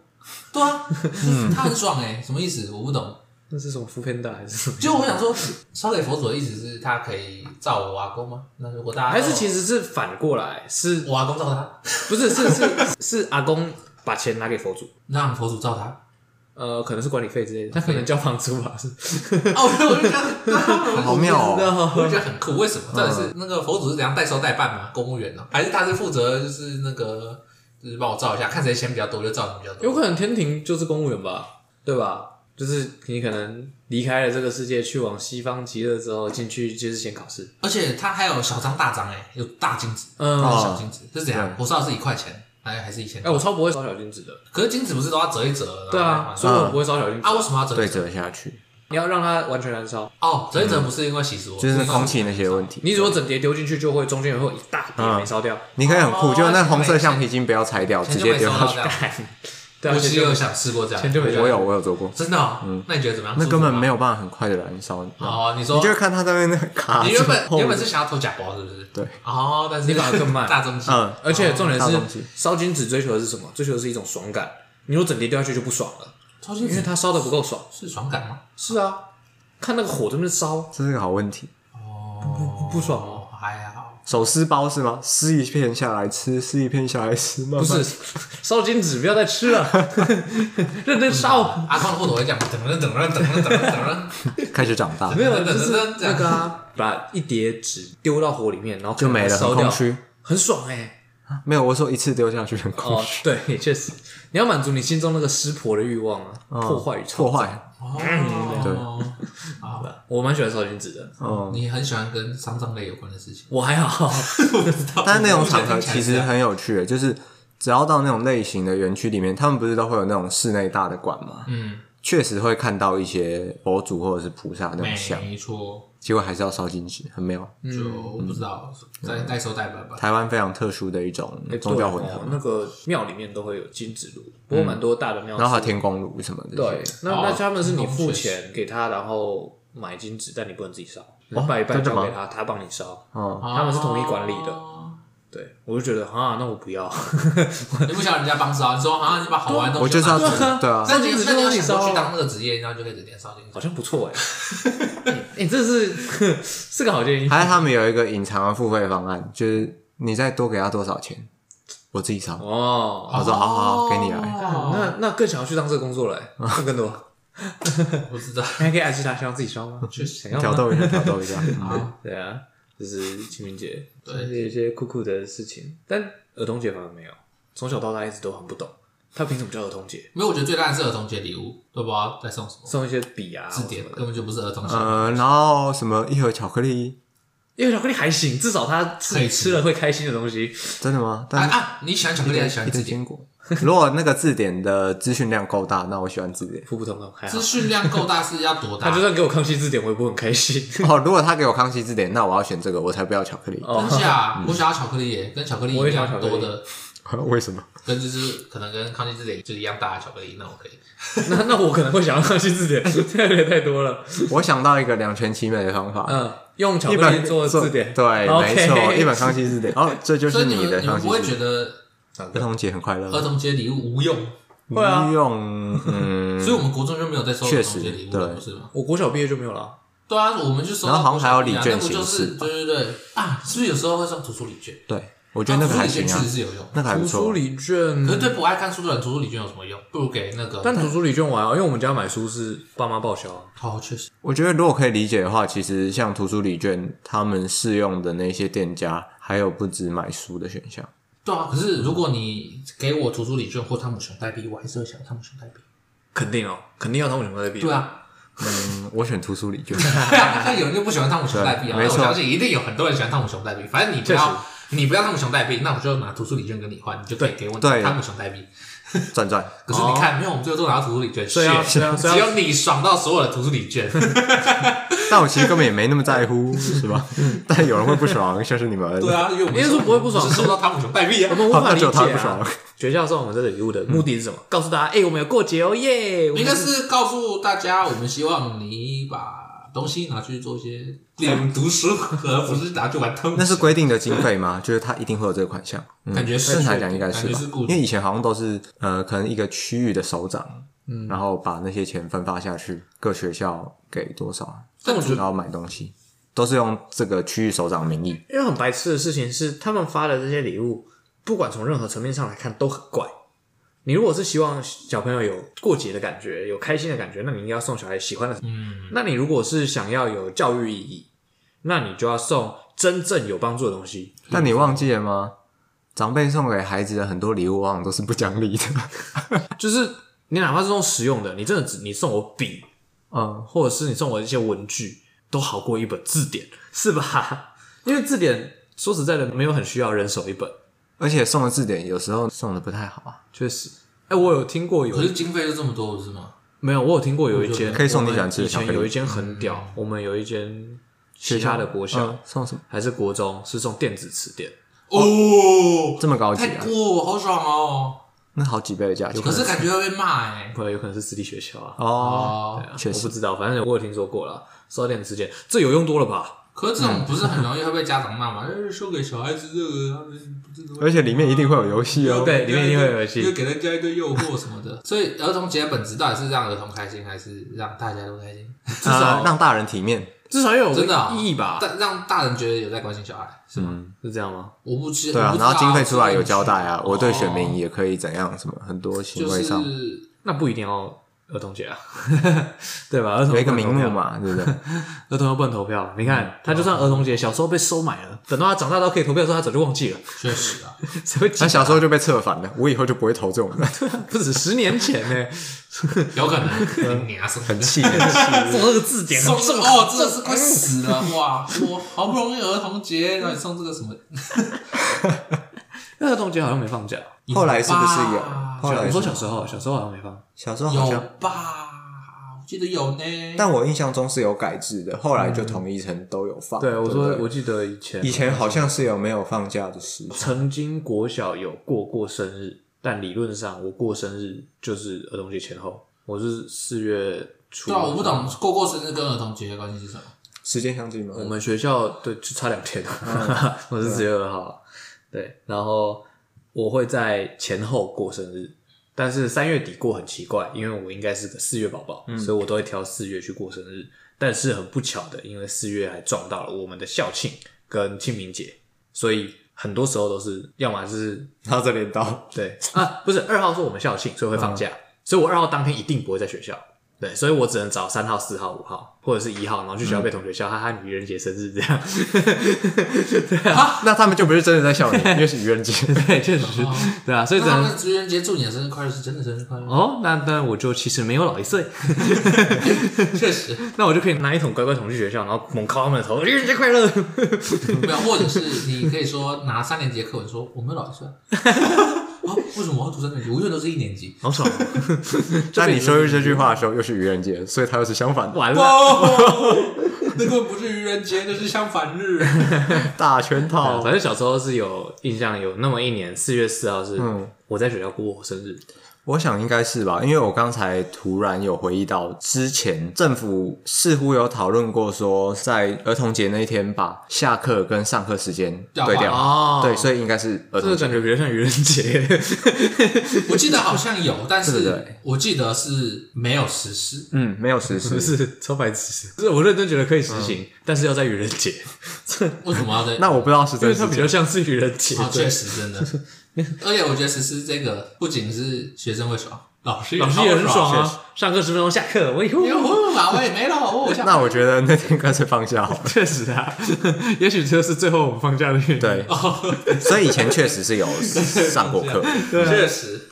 Speaker 2: 对 <laughs> 啊，
Speaker 3: 嗯
Speaker 2: 就是他很爽哎、什么意思？我不懂。
Speaker 1: 那是什么副片大还是什么？ <laughs>
Speaker 2: 就我想说，烧给佛祖的意思是他可以照我阿公吗？那如果大家
Speaker 1: 还是其
Speaker 2: 实
Speaker 1: 实是反过来，是
Speaker 2: 我阿公照他，
Speaker 1: 不是是是是阿公把钱拿给佛祖？
Speaker 2: 让佛祖照
Speaker 1: <laughs>
Speaker 2: 他？
Speaker 1: 呃，可能是管理费之类的，他可能交房租吧， <laughs> 是
Speaker 2: 哦，我就觉得对啊
Speaker 3: 好妙
Speaker 1: 不知
Speaker 3: 哦。嗯
Speaker 1: 道
Speaker 2: 我就觉得很酷。为什么？真的是那个佛祖是怎样代收代办吗？公务员呢、啊还是他是负责就是那个就是帮我照一下，看谁钱比较多就照你比较多。
Speaker 1: 有可能天庭就是公务员吧，对吧？就是你可能离开了这个世界，去往西方极乐之后，进去就是先考试。
Speaker 2: 而且他还有小张大张哎、有大金子，
Speaker 1: 嗯，哎、
Speaker 3: 哦
Speaker 2: 小金子是怎样？我烧的是一块钱，还还是一千？
Speaker 1: 我超不会烧小金子的。
Speaker 2: 可是金子不是都要折一折？然后
Speaker 1: 对啊，
Speaker 2: 再
Speaker 1: 所以我不会烧小金
Speaker 2: 换
Speaker 1: 子。
Speaker 2: 啊，为什么要折
Speaker 3: 嗯对
Speaker 2: 一折？
Speaker 3: 折下去，
Speaker 1: 你要让它完全燃烧，
Speaker 2: 哦，折一折不是因为习俗，
Speaker 3: 就是空气那些问题。
Speaker 1: 你如果整叠丢进去，就会中间会有一大叠没烧掉。
Speaker 3: 你可以很酷，
Speaker 2: 哦
Speaker 3: 就那红色橡皮筋不要拆掉，
Speaker 2: 钱
Speaker 3: 直
Speaker 2: 就
Speaker 3: 接
Speaker 2: 没
Speaker 3: 丢
Speaker 2: 收
Speaker 3: 下
Speaker 2: 到
Speaker 3: 去
Speaker 2: 这。样。
Speaker 1: <laughs> 对啊，
Speaker 2: 我
Speaker 1: 钱
Speaker 2: 其实
Speaker 1: 就
Speaker 2: 有想试过这
Speaker 1: 钱
Speaker 2: 样，
Speaker 1: 就没
Speaker 3: 我有我有做过，
Speaker 2: 真的哦。那你觉得怎么样？
Speaker 3: 那根本没
Speaker 2: 有。
Speaker 3: 有办法很快的燃烧。你知道吗
Speaker 2: 哦，你说
Speaker 3: 你就是看它在那边卡
Speaker 2: 你
Speaker 3: 住
Speaker 2: 原本
Speaker 3: 后
Speaker 2: 原
Speaker 3: 面
Speaker 2: 本是想要偷假包是不是？
Speaker 3: 对。
Speaker 2: 哦，但是
Speaker 1: 你反而更慢
Speaker 2: 大蒸汽。
Speaker 3: 嗯
Speaker 1: 而且重点
Speaker 3: 大东西
Speaker 1: 是烧金子追求的是什么？追求的是一种爽感。你如果整叠掉下去就不爽了，
Speaker 2: 抽
Speaker 1: 因
Speaker 2: 金
Speaker 1: 为
Speaker 2: 子
Speaker 1: 它烧的不够爽。
Speaker 2: 是爽感吗？
Speaker 1: 是啊，看那个火在那边烧，
Speaker 3: 这是个好问题。
Speaker 2: 哦，
Speaker 1: 不爽啊
Speaker 2: 哦，还好。
Speaker 3: 手撕包是吗？撕一片下来吃，撕一片下来吃，慢慢
Speaker 1: 不
Speaker 3: <laughs>
Speaker 1: 是烧金子，不要再吃了，认真
Speaker 3: 嗯
Speaker 1: 烧。
Speaker 2: 阿康的后头会讲等等等等等等等等，
Speaker 1: <laughs>
Speaker 3: 开始长大
Speaker 1: 没，有，
Speaker 2: 等
Speaker 1: 就
Speaker 2: 等
Speaker 1: 是
Speaker 2: 等等
Speaker 1: 那个啊，把一叠纸丢到火里面，然后
Speaker 3: 就没了，
Speaker 1: 烧
Speaker 3: 很
Speaker 1: 掉
Speaker 3: 空，虚。
Speaker 1: 很爽哎。
Speaker 3: 没有，我说一次丢下去很空
Speaker 1: 哦
Speaker 3: 虚，，
Speaker 1: 对， <laughs> 确实，你要满足你心中那个湿婆的欲望啊，破坏与
Speaker 3: 嗯破
Speaker 1: 创造。
Speaker 3: 坏。
Speaker 2: 哦，对，好，
Speaker 1: 我蛮喜欢烧金子的，
Speaker 3: 嗯，
Speaker 2: 你很喜欢跟丧葬类有关的事情。
Speaker 1: 我还好，
Speaker 3: 但那种场
Speaker 2: <laughs>
Speaker 3: 合其实很有趣，就是只要到那种类型的园区里面，他们不是都会有那种室内大的馆吗？
Speaker 2: 嗯，
Speaker 3: 确实会看到一些佛祖或者是菩萨那种像，
Speaker 2: 没错，
Speaker 3: 结果还是要烧金纸，很妙。
Speaker 1: 嗯
Speaker 2: 就我不知道代代收代办吧。
Speaker 3: 台湾非常特殊的一种宗教混
Speaker 1: 对哦
Speaker 3: 合，
Speaker 1: 那个庙里面都会有金子炉，不过蛮多大的庙是。
Speaker 3: 然后还有天宫炉什么的。
Speaker 1: 对，，那
Speaker 2: 哦
Speaker 1: 那他们是你付
Speaker 2: 确实
Speaker 1: 钱给他，然后买金纸，但你不能自己烧，
Speaker 3: 哦
Speaker 1: 拜一拜
Speaker 3: 真的
Speaker 1: 交
Speaker 3: 吗
Speaker 1: 给他，他帮你烧。
Speaker 3: 哦，
Speaker 1: 他们是统一管理的
Speaker 2: 哦
Speaker 1: 对，我就觉得啊，那我不要，
Speaker 2: 你不想人家帮烧，你说啊，你把好玩的东
Speaker 3: 我
Speaker 2: 西
Speaker 3: 就是
Speaker 2: 都拿
Speaker 3: 要
Speaker 2: 出来
Speaker 3: <laughs> 对啊，
Speaker 2: 那你
Speaker 1: 就是
Speaker 2: 那你有
Speaker 1: 你
Speaker 2: 想
Speaker 1: 烧
Speaker 2: 过
Speaker 1: 啊
Speaker 2: 去当那个职业，然后就可以整天烧金
Speaker 1: 好像不错哎、 <laughs> 欸，哎、这是是个好建议。
Speaker 3: <laughs> 还是他们有一个隐藏的付费方案，就是你再多给他多少钱，我自己烧。
Speaker 1: 哦，
Speaker 3: 我说好好好，给你来。
Speaker 2: 哦
Speaker 1: 那那更想要去当这个工作了、欸，那更 <laughs> 多。
Speaker 2: <laughs> 不知道，
Speaker 1: 你还可以爱吃他，想要自己烧 <laughs> 吗？
Speaker 2: 确实
Speaker 1: 想要
Speaker 3: 挑
Speaker 1: 吗？
Speaker 3: 逗一下，挑逗
Speaker 2: <laughs>
Speaker 3: 一下。嗯
Speaker 1: 对啊，就是清明节，
Speaker 2: 对
Speaker 1: 就是一些酷酷的事情。但儿童节反而没有，从小到大一直都很不懂，他凭什么叫儿童节？
Speaker 2: 没有，我觉得最烂的是儿童节礼物，都不知道在送什么
Speaker 1: 送一些笔啊，
Speaker 2: 字典，
Speaker 1: 或什么的
Speaker 2: 根本就不是儿童节。
Speaker 3: 呃，然后什么一盒巧克力，
Speaker 1: 因为巧克力还行，至少他自
Speaker 2: 可
Speaker 1: 己
Speaker 2: 以吃
Speaker 1: 吃了会开心的东西。
Speaker 3: 真的吗？
Speaker 2: 啊
Speaker 3: 但
Speaker 2: 啊！你喜欢巧克力还是喜欢
Speaker 3: 一
Speaker 2: 字
Speaker 3: 堆
Speaker 2: 典？
Speaker 3: 坚果。如果那个字典的资讯量够大，那我喜欢字典。 <laughs>
Speaker 1: 普普通通还好
Speaker 2: 资。讯量够大是要多大？
Speaker 1: <laughs> 他就
Speaker 2: 真
Speaker 1: 算给我康熙字典，我也不会很开 <laughs> 心。
Speaker 3: 哦，如果他给我康熙字典，那我要选这个，我才不要巧克力。
Speaker 2: 哦假？我想要巧克力耶，跟巧克力
Speaker 1: 哦我
Speaker 2: 一
Speaker 1: 也想要
Speaker 2: 样
Speaker 1: 巧克力
Speaker 2: 多的，
Speaker 3: <laughs> 为什么？
Speaker 2: 跟就是可能跟康熙字典就是一样大的巧克力，那我可以。
Speaker 1: 那那我可能会想要康熙字典，这有点太多了。
Speaker 3: 我想到一个两全其美的方法，
Speaker 1: 嗯，用巧
Speaker 3: 一
Speaker 1: 克力
Speaker 3: 本
Speaker 1: 做字典，
Speaker 3: 对，
Speaker 1: OK
Speaker 3: 没错，一本康熙字典。哦，这就
Speaker 2: 所以
Speaker 3: 是
Speaker 2: 你
Speaker 3: 的
Speaker 2: 们你
Speaker 3: 康
Speaker 2: 们
Speaker 3: 熙
Speaker 2: 不会
Speaker 3: 字
Speaker 2: 觉
Speaker 3: 典。
Speaker 2: 得哦
Speaker 3: 儿童节很快乐
Speaker 2: 儿
Speaker 3: 吗，
Speaker 2: 童节礼物无用？
Speaker 1: 会啊
Speaker 3: 不用，嗯，
Speaker 2: 所以我们国中就没有在收儿
Speaker 3: 确
Speaker 2: 童节
Speaker 3: 实
Speaker 2: 礼物了，
Speaker 3: 对
Speaker 2: 不是吗？
Speaker 1: <laughs> 我国小毕业就没有了。
Speaker 2: 对啊，我们就收到
Speaker 3: 然后好像还有礼
Speaker 2: 国小
Speaker 3: 券
Speaker 2: 那不就
Speaker 3: 形式
Speaker 2: 是对对对啊，是不是有时候会送图书礼券？
Speaker 3: 对，我觉得那个
Speaker 2: 啊图
Speaker 3: 还
Speaker 2: 书
Speaker 3: 行
Speaker 2: 礼券
Speaker 3: 啊
Speaker 2: 确实，是有用。
Speaker 3: 那个还不
Speaker 1: 图书
Speaker 3: 错。嗯
Speaker 1: 礼券
Speaker 2: 可，是对不爱看书的人，图书礼券有什么用？不如给那个。
Speaker 1: 但图书礼券我还好，因为我们家买书是爸妈报销啊。
Speaker 2: 好，确实
Speaker 3: 我觉得如果可以理解的话，其实像图书礼券，他们适用的那些店家，还有不止买书的选项。
Speaker 2: 对啊。可是如果你给我图书礼券或汤姆熊代币，我还是会想要汤姆熊代币。
Speaker 1: 肯定哦，肯定要他们什么在比。
Speaker 2: 对，啊， <laughs>
Speaker 3: 嗯，我选图书礼券。 <laughs>
Speaker 2: 对啊那有人就不喜欢汤姆熊代币啊。
Speaker 3: 对
Speaker 2: 那
Speaker 3: 没
Speaker 2: 我
Speaker 3: 错
Speaker 2: 相信一定有很多人喜欢汤姆熊代币。反正你不
Speaker 1: 确
Speaker 2: 要你不要汤姆熊代币，那我就拿图书礼券跟你换，你就可以给我
Speaker 3: 对
Speaker 2: 汤姆熊代币。
Speaker 3: 转转，
Speaker 2: 可是你看，没有，我们最后都拿到图书礼券，
Speaker 1: 对啊
Speaker 2: shit
Speaker 1: 对啊对啊
Speaker 2: 只有你爽到所有的图书礼券。
Speaker 3: 但我其实根本也没那么在乎，是吧？ <laughs> 但有人会不爽，像是你们。
Speaker 2: 对啊，因为我
Speaker 1: 应
Speaker 2: 们
Speaker 1: 该说不会不爽
Speaker 2: 只收到汤姆熊代币啊
Speaker 1: 我。们无
Speaker 3: 好，
Speaker 1: 法
Speaker 3: 那
Speaker 1: 理
Speaker 3: 只有他
Speaker 1: 解
Speaker 3: 不
Speaker 1: 啊
Speaker 3: 爽。。
Speaker 1: 学校送我们这个礼物的目的是什么？告诉大家，哎，我们有过节哦，耶！我们
Speaker 2: 应该是告诉大家，我们希望你把东西拿去做一些，例如读书，而不是拿去玩汤姆。
Speaker 3: 那是规定的经费吗？就是他一定会有这个款项。嗯
Speaker 2: 感觉是
Speaker 3: 正常来讲应该
Speaker 2: 感
Speaker 3: 是
Speaker 2: 觉
Speaker 3: 吧
Speaker 2: 啊是固，
Speaker 3: 因
Speaker 2: 定
Speaker 3: 为以前好像都是呃，可能一个区域的首长，嗯，然后把那些钱分发下去，各学校给多少，
Speaker 2: 但我觉
Speaker 3: 然后买东西，都是用这个区域首长名义。
Speaker 1: 因为很白痴的事情是，他们发的这些礼物，不管从任何层面上来看都很怪。你如果是希望小朋友有过节的感觉，有开心的感觉，那你应该要送小孩喜欢的。嗯，那你如果是想要有教育意义，那你就要送真正有帮助的东西。
Speaker 3: 但你忘记了吗？长辈送给孩子的很多礼物，往往都是不讲理的。
Speaker 1: 就是你哪怕是送实用的，你真的只你送我笔，
Speaker 3: 嗯，
Speaker 1: 或者是你送我一些文具，都好过一本字典，是吧？ <laughs> 因为字典说实在的，没有很需要人手一本，
Speaker 3: 而且送的字典有时候送的不太好啊，
Speaker 1: 确实。哎、我有听过有
Speaker 2: 可是经费就这么多，不是吗？
Speaker 1: 没有，我有听过有一间
Speaker 3: 可以送你喜欢吃
Speaker 1: 我们以前
Speaker 3: 的巧克力
Speaker 1: 有一间很屌，我们有一间其他的国小、
Speaker 3: 嗯送什么
Speaker 1: 还是国中是送电子词典，
Speaker 2: 哦，
Speaker 3: 这么高级
Speaker 2: 太
Speaker 3: 啊？
Speaker 2: 多，好爽哦！
Speaker 3: 那好几倍的价钱。
Speaker 2: 可是感觉会被骂哎。
Speaker 1: 不然有可能是私立学校啊，
Speaker 3: 哦，
Speaker 2: 哦，
Speaker 3: 确
Speaker 1: 我不
Speaker 3: 实，
Speaker 1: 知道，反正我有听说过啦。收到电子词典，这有用多了吧？
Speaker 2: 可是这种不是很容易会被家长骂吗？哎，送给小孩子这个，他们不知道
Speaker 3: 而且里面一 <laughs> 定会有游戏哦。
Speaker 1: 对里面一定会有游戏
Speaker 2: 就给人家一堆诱惑什么的。 <laughs> 所以儿童节本质到底是让儿童开心，还是让大家都开心？
Speaker 1: 至少、
Speaker 3: 呃让大人体面。
Speaker 1: 至少
Speaker 3: 哦
Speaker 1: 要有
Speaker 2: 真的啊
Speaker 1: 个意义吧？
Speaker 2: 但让大人觉得有在关心小孩，是吗？
Speaker 1: 是这样吗？
Speaker 2: 我不知
Speaker 3: 对
Speaker 2: 我
Speaker 3: 啊，
Speaker 2: 不知
Speaker 3: 然
Speaker 2: 道
Speaker 3: 后经费出来有交代啊，
Speaker 2: 这个
Speaker 3: 我对选
Speaker 2: 哦
Speaker 3: 民也可以怎样什么，很多行
Speaker 2: 就
Speaker 3: 为
Speaker 2: 是
Speaker 3: 上
Speaker 1: 那不一定要儿童节啊， <laughs> 对吧？儿童
Speaker 3: 有一个
Speaker 1: 不能
Speaker 3: 名
Speaker 1: 投票
Speaker 3: 目，嗯嘛，对不对？
Speaker 1: 儿童又不能投票。你看，他就算儿童节小时候被收买了，等到他长大到可以投票的时候，他早就忘记了， <laughs>
Speaker 2: 确实啊，
Speaker 1: 谁会记
Speaker 3: 他？小时候就被策反了，我以后就不会投这种人，
Speaker 1: 不止十年前呢、
Speaker 2: <laughs> 有可
Speaker 3: <laughs>
Speaker 2: 能你啊什么
Speaker 3: 嗯很啊气很气。
Speaker 1: 送这个字典，
Speaker 2: 送
Speaker 1: 这么
Speaker 2: 哦，真的是快死了哇！我好不容易儿童节，然后你送这个什么？
Speaker 1: <laughs> 那儿童节好像没放假。
Speaker 3: <laughs> 后来是不是有
Speaker 2: 有吧？
Speaker 3: 后来
Speaker 1: 我
Speaker 3: 是
Speaker 1: 说小时候，小时候好像没放。
Speaker 3: 小时候好
Speaker 2: 有
Speaker 3: 像，
Speaker 2: 吧？我记得有呢。
Speaker 3: 但我印象中是有改制的，后来就统一成都有放。
Speaker 1: 哦对，我
Speaker 3: 不
Speaker 1: 说我记得以前
Speaker 3: 以前好像是有没有放假的时期。
Speaker 1: 曾经国小有过过生日，但理论上我过生日就是儿童节前后，我是四月初。
Speaker 2: 对啊，我不。懂过过生日跟儿童节的关系是什么？
Speaker 3: 时间相近吗？
Speaker 1: <laughs> 我们学校对就差两天，我是四月二号。对，然后我会在前后过生日，但是三月底过很奇怪，因为我应该是个四月宝宝，所以我都会挑四月去过生日。但是很不巧的，因为四月还撞到了我们的校庆跟清明节，所以很多时候都是要么就是
Speaker 3: 然后再连 <laughs> 到，
Speaker 1: 对 <laughs> 嗯啊，不是二号是我们校庆，所以会放假，所以我二号当天一定不会在学校。对，所以我只能找三号、四号、五号，或者是一号，然后去小北同学校，哈哈，女人节生日这样。
Speaker 3: <laughs>
Speaker 1: <laughs>
Speaker 3: 那他们就不是真的在笑你， <laughs> 因为是愚人节。
Speaker 1: 对，确实是， <laughs> 对啊，所以
Speaker 2: 那
Speaker 1: 只
Speaker 2: 他
Speaker 1: 能
Speaker 2: 们愚人节祝你的生日快乐是真的生日快乐，
Speaker 1: 哦，那那我就其实没有老一岁， <laughs>
Speaker 2: 确实
Speaker 1: 那我就可以拿一桶乖乖桶去学校，然后猛敲他们的头，愚人节快乐。
Speaker 2: <laughs> 没有，或者是你可以说拿三年级的课文说我没有老师啊，啊为什么我要读三年级？我永远都是一年级。
Speaker 1: 好爽哦，
Speaker 3: 但你说出这句话的时候，又是愚人节，所以他又是相反的
Speaker 1: 完了。
Speaker 2: 哦， <laughs> 那根本不是愚人节，那是相反日。
Speaker 3: 大圈
Speaker 1: 哦，
Speaker 3: 套。
Speaker 1: 反正小时候是有印象，有那么一年四月四号是
Speaker 3: 嗯
Speaker 1: 我在学校过生日，
Speaker 3: 我想应该是吧，因为我刚才突然有回忆到之前政府似乎有讨论过，说在儿童节那一天把下课跟上课时间
Speaker 2: 要
Speaker 3: 对
Speaker 2: 换
Speaker 3: 掉。
Speaker 1: 哦
Speaker 3: 对，所以应该是
Speaker 1: 这
Speaker 3: 儿童
Speaker 1: 个
Speaker 3: 节。
Speaker 1: 感觉比较像愚人节。
Speaker 2: 我记得好像有，但
Speaker 3: 对对
Speaker 2: 是
Speaker 3: 对
Speaker 2: 我记得是没有实施。
Speaker 3: 嗯，没有实
Speaker 1: 不
Speaker 3: <laughs> 施。
Speaker 1: 是超白痴，就是我认真觉得可以实行，但是要在愚人 <laughs> 节，
Speaker 2: 为什么要在？
Speaker 3: <laughs> 那我不知道是
Speaker 1: 因
Speaker 3: 真
Speaker 1: 为
Speaker 3: 是
Speaker 1: 它比较像是愚哦人节。
Speaker 2: 啊，
Speaker 1: 对
Speaker 2: 确实真的。而且我觉得实施这个不仅是学生会爽，老师
Speaker 1: 老师
Speaker 2: 超
Speaker 1: 也很爽
Speaker 2: 爽。
Speaker 1: 啊，上课十分钟，下课我以后
Speaker 2: 你有混吧，我也没了，我想
Speaker 3: <laughs> 那我觉得那天干脆放假好了。
Speaker 1: <laughs> 确实啊， <laughs> 也许这是最后我们放假的原因。，
Speaker 3: <laughs> 对，
Speaker 2: 哦
Speaker 3: 所以以前确实是有上过课。
Speaker 2: 确实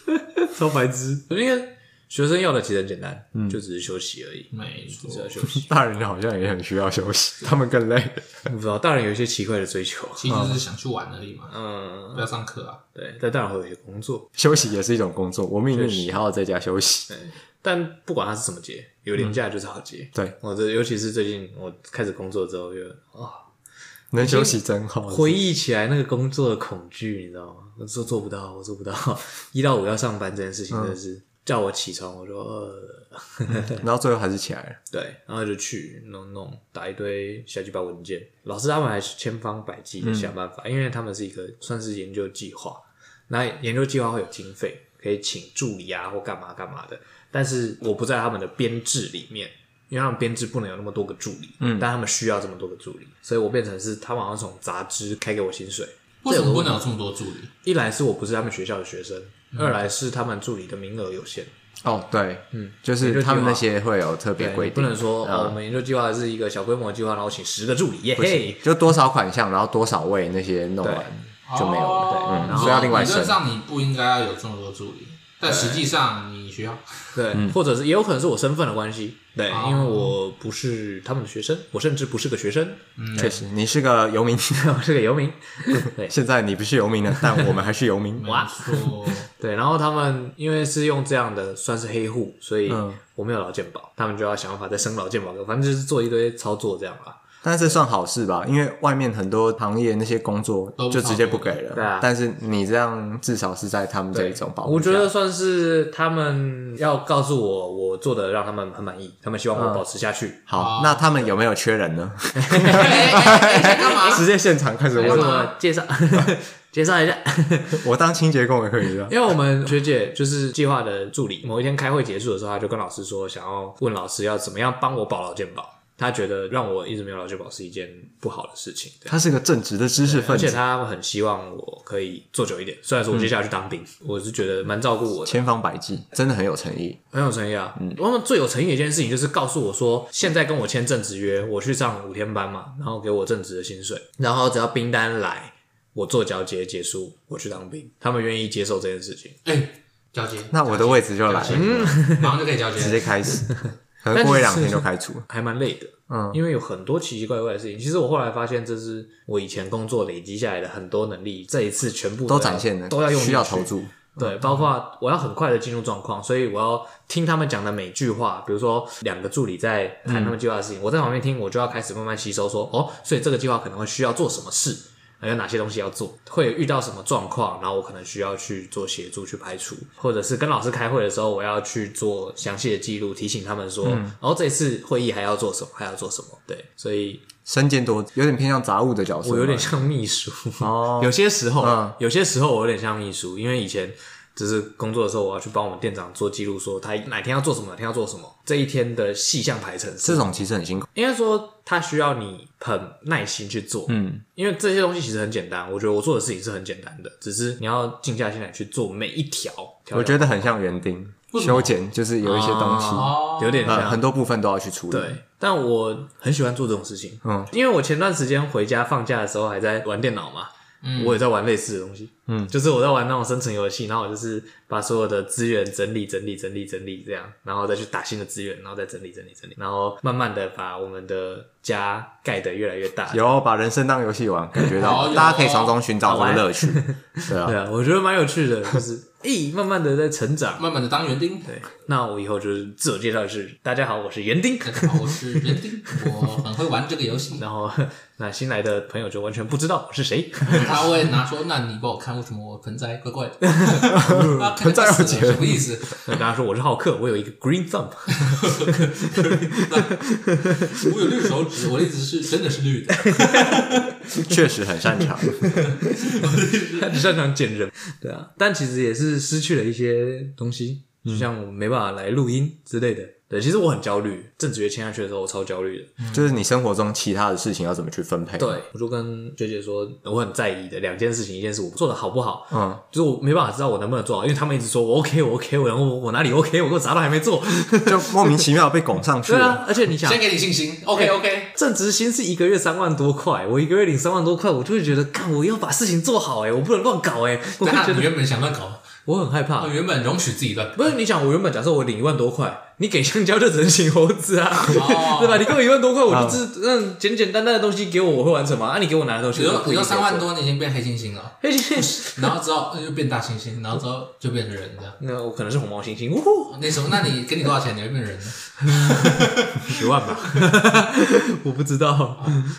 Speaker 1: 超白痴，嗯因为学生要的其实很简单，就只是休息而已，
Speaker 2: 没错
Speaker 1: 只。
Speaker 3: 啊
Speaker 1: 是要休 <laughs> 息。
Speaker 3: <laughs> 大人好像也很需要休息， <laughs> 他们更累。
Speaker 1: 我不知道大人有一些奇怪的追 <laughs> 求，
Speaker 2: 其实就是想去玩而已嘛，
Speaker 1: 嗯，
Speaker 2: 不要上课啊。
Speaker 1: 对，但大人会有一些工作，
Speaker 3: 休息也是一种工作，我命令你好好在家休息。
Speaker 1: 但不管它是什么节，有年假就是好节。
Speaker 3: 对，
Speaker 1: 我这尤其是最近我开始工作之后，就哦，
Speaker 3: 能休息真好。
Speaker 1: 回忆起来那个工作的恐惧，你知道吗？我做做不到，我做不到。 <laughs> 一到五要上班这件事情，真的是、叫我起床，我就呃，
Speaker 3: 然后最后还是起来了。
Speaker 1: <laughs> 对，然后就去弄弄打一堆小鸡巴文件。老师他们还是千方百计的想办法，因为他们是一个算是研究计划，那研究计划会有经费，可以请助理啊或干嘛干嘛的。但是我不在他们的编制里面，因为他们编制不能有那么多个助理，嗯，但他们需要这么多个助理，所以我变成是他们好像从杂志开给我薪水。
Speaker 2: 为什么不能有这么多助理？
Speaker 1: 一来是我不是他们学校的学生，二来是他们助理的名额有限，
Speaker 3: 哦，对，嗯，就
Speaker 1: 研究
Speaker 3: 是
Speaker 1: 计划
Speaker 3: 他们那些会有特别规
Speaker 1: 不
Speaker 3: 定，啊
Speaker 1: 能说、哦、我们研究计划是一个小规模计划，然后请十个助理，耶嘿，
Speaker 3: 就多少款项，然后多少位那些弄完就没有了。
Speaker 2: 哦
Speaker 3: 对嗯
Speaker 2: 然后
Speaker 3: 所以要另外
Speaker 2: 理论
Speaker 3: 生
Speaker 2: 上你不应该要有这么多助理，但实际上你需要。
Speaker 1: 对，
Speaker 3: 嗯
Speaker 1: 或者是也有可能是我身份的关系，对，
Speaker 2: 哦
Speaker 1: 因为我不是他们的学生，我甚至不是个学
Speaker 3: <laughs>
Speaker 1: 生，
Speaker 3: 确实，你是个游民， <laughs>
Speaker 1: 我是个游民，对
Speaker 3: 现在你不是游民了，但我们还是游 <laughs> 民。
Speaker 2: 没错，
Speaker 1: 对，然后他们因为是用这样的算是黑户，所以
Speaker 3: 嗯
Speaker 1: 我没有劳健保，他们就要想办法再生劳健保，反正就是做一堆操作这样啦。
Speaker 3: 但是算好事吧，因为外面很多行业那些工作
Speaker 2: 都不
Speaker 3: 就直接不给了。
Speaker 1: 对啊
Speaker 3: 但是你这样至少是在他们这
Speaker 1: 对
Speaker 3: 一种保护
Speaker 1: 我觉
Speaker 3: 下
Speaker 1: 得算是他们要告诉我，我做的让他们很满意，他们希望
Speaker 3: 嗯
Speaker 1: 我保持下去。
Speaker 3: 好，那他们有没有缺人呢？
Speaker 2: 哎哎哎哎干
Speaker 1: 啊
Speaker 2: 嘛？
Speaker 3: <laughs> 直接现场开始
Speaker 1: 还是
Speaker 3: 问，
Speaker 1: 我介绍 <laughs> 介绍一下，
Speaker 3: 我当清洁工也可以的。
Speaker 1: 因为我们学姐就是计划的助理，某一天开会结束的时候，她就跟老师说，想要问老师要怎么样帮我保劳健保。她觉得让我一直没有劳健保是一件不好的事情，对
Speaker 3: 他是个正直的知识
Speaker 1: 而
Speaker 3: 分
Speaker 1: 且
Speaker 3: 子，
Speaker 1: 她很希望我可以做久一点。虽然说我接下来去当兵，我是觉得蛮照顾我的。
Speaker 3: 千方百计，真的很有诚意。
Speaker 1: 很有诚意啊！他们最有诚意的一件事情就是告诉我说，现在跟我签正职约，我去上五天班嘛，然后给我正职的薪水，然后只要兵单来，我做交接结束，我去当兵，他们愿意接受这件事情。
Speaker 2: 哎，交接，
Speaker 3: 那我的位置就来了，嗯
Speaker 2: 马上就可以交接
Speaker 3: 直。接
Speaker 1: <laughs>
Speaker 3: 开始，
Speaker 1: 但
Speaker 3: 可能过
Speaker 1: 是
Speaker 3: 一两天就开除了。
Speaker 1: 还蛮累的，
Speaker 3: 嗯，
Speaker 1: 因为有很多奇奇怪怪的事情。其实我后来发现，这是我以前工作累积下来的很多能力，这一次全部
Speaker 3: 都
Speaker 1: 要
Speaker 3: 展现了，
Speaker 1: 都要用
Speaker 3: 需要
Speaker 1: 进去
Speaker 3: 投注。
Speaker 1: 对，包括我要很快的进入状况，所以我要听他们讲的每句话，比如说两个助理在谈他们计划的事情，我在旁边听，我就要开始慢慢吸收说，哦，所以这个计划可能会需要做什么事，还有哪些东西要做，会遇到什么状况，然后我可能需要去做协助去排除，或者是跟老师开会的时候，我要去做详细的记录，提醒他们说，然后、这一次会议还要做什么，还要做什么。对，所以
Speaker 3: 身兼多，有点偏向杂物的角色吗，
Speaker 1: 我有点像秘书，
Speaker 3: 哦
Speaker 1: <laughs> 有些时候，
Speaker 3: 嗯
Speaker 1: 有些时候我有点像秘书，因为以前就是工作的时候，我要去帮我们店长做记录，说他哪天要做什么，哪天要做什么，这一天的细项排程是
Speaker 3: 这种其实很辛苦。
Speaker 1: 应该说，它需要你很耐心去做，
Speaker 3: 嗯，
Speaker 1: 因为这些东西其实很简单。我觉得我做的事情是很简单的，只是你要静下心来去做每一条。条
Speaker 3: 我觉得很像园丁
Speaker 2: 为什么
Speaker 3: 修剪，就是有一些东西，
Speaker 2: 哦，
Speaker 1: 有点
Speaker 3: 呃，
Speaker 1: 像，
Speaker 3: 很多部分都要去处理。
Speaker 1: 对，但我很喜欢做这种事情，
Speaker 3: 嗯，
Speaker 1: 因为我前段时间回家放假的时候还在玩电脑嘛，嗯，我也在玩类似的东西，嗯，就是我在玩那种生存游戏，然后我就是把所有的资源整理整理整理整理这样，然后再去打新的资源，然后再整理整理整理，然后慢慢的把我们的家盖得越来越大，
Speaker 3: 有把人生当游戏玩，感觉
Speaker 2: 有
Speaker 3: 到
Speaker 2: 有
Speaker 3: 大家可以从中寻找
Speaker 1: 好
Speaker 3: 这个
Speaker 1: 玩
Speaker 3: 乐趣。对啊
Speaker 1: 对，啊，我觉得蛮有趣的，就是诶、慢慢的在成长。
Speaker 2: 慢慢的当园
Speaker 3: <laughs>
Speaker 2: 丁。对，
Speaker 1: 对，那我以后就是自我介绍是，大家好，我是园丁。
Speaker 2: 大家好，我是园丁，我很会玩这个游戏。
Speaker 1: 然后那新来的朋友就完全不知道我是谁。
Speaker 2: 他会拿说：“那你帮我看为什么我盆栽怪怪
Speaker 3: <laughs>
Speaker 2: 的？啊盆
Speaker 3: 栽有结
Speaker 2: 什么意思？
Speaker 1: 跟大家说我是浩克，我有一个 green thumb。
Speaker 2: 我有绿手指，我的意思是真的是绿的。
Speaker 3: <laughs> 确实很擅长。
Speaker 1: 他只擅长剪人，对啊，但其实也是失去了一些东西，就像我没办法来录音之类的。对，其实我很焦虑，正职业签下去的时候，我超焦虑的。
Speaker 3: 就是你生活中其他的事情要怎么去分配？，
Speaker 1: 对，我就跟学姐说，呃我很在意的两件事情，一件事我做的好不好，
Speaker 3: 嗯，
Speaker 1: 就是我没办法知道我能不能做好，因为他们一直说我 OK，我 OK，我然后我我哪里 OK，我我啥都还没做。
Speaker 3: 就莫名其妙被拱上去
Speaker 1: 对
Speaker 3: 了。
Speaker 1: 啊，而且你想
Speaker 2: 先，给你信心，OK OK。
Speaker 1: 正职薪是一个月三万多块，我一个月领三万多块，我就会觉得，干，我要把事情做好哎、我不能乱搞哎、我会
Speaker 2: 那
Speaker 1: 觉
Speaker 2: 你
Speaker 1: 得
Speaker 2: 原本想乱搞，
Speaker 1: 我很害怕哎
Speaker 2: 我。原本容许自己乱搞，
Speaker 1: 不是你想，我原本假设我领一万多块，你给香蕉就只能请猴子啊，
Speaker 2: 哦
Speaker 1: 对吧？你给我一万多块，我就是那简简单单的东西给我，我会完成吗？啊，你给我拿的东西，
Speaker 2: 你
Speaker 1: 我
Speaker 2: 说
Speaker 1: 不一
Speaker 2: 你
Speaker 1: 定
Speaker 2: 说三万
Speaker 1: 给我，
Speaker 2: 多，你已经变黑猩猩了，
Speaker 1: 嘿嘿嘿
Speaker 2: 然后之后呃就变大猩猩，然后之后就变成人这样。
Speaker 1: 那我可能是红毛猩猩，呜呼，
Speaker 2: 那什么？那你给你多少钱，你会变人呢？
Speaker 1: 十万吧，我不知道，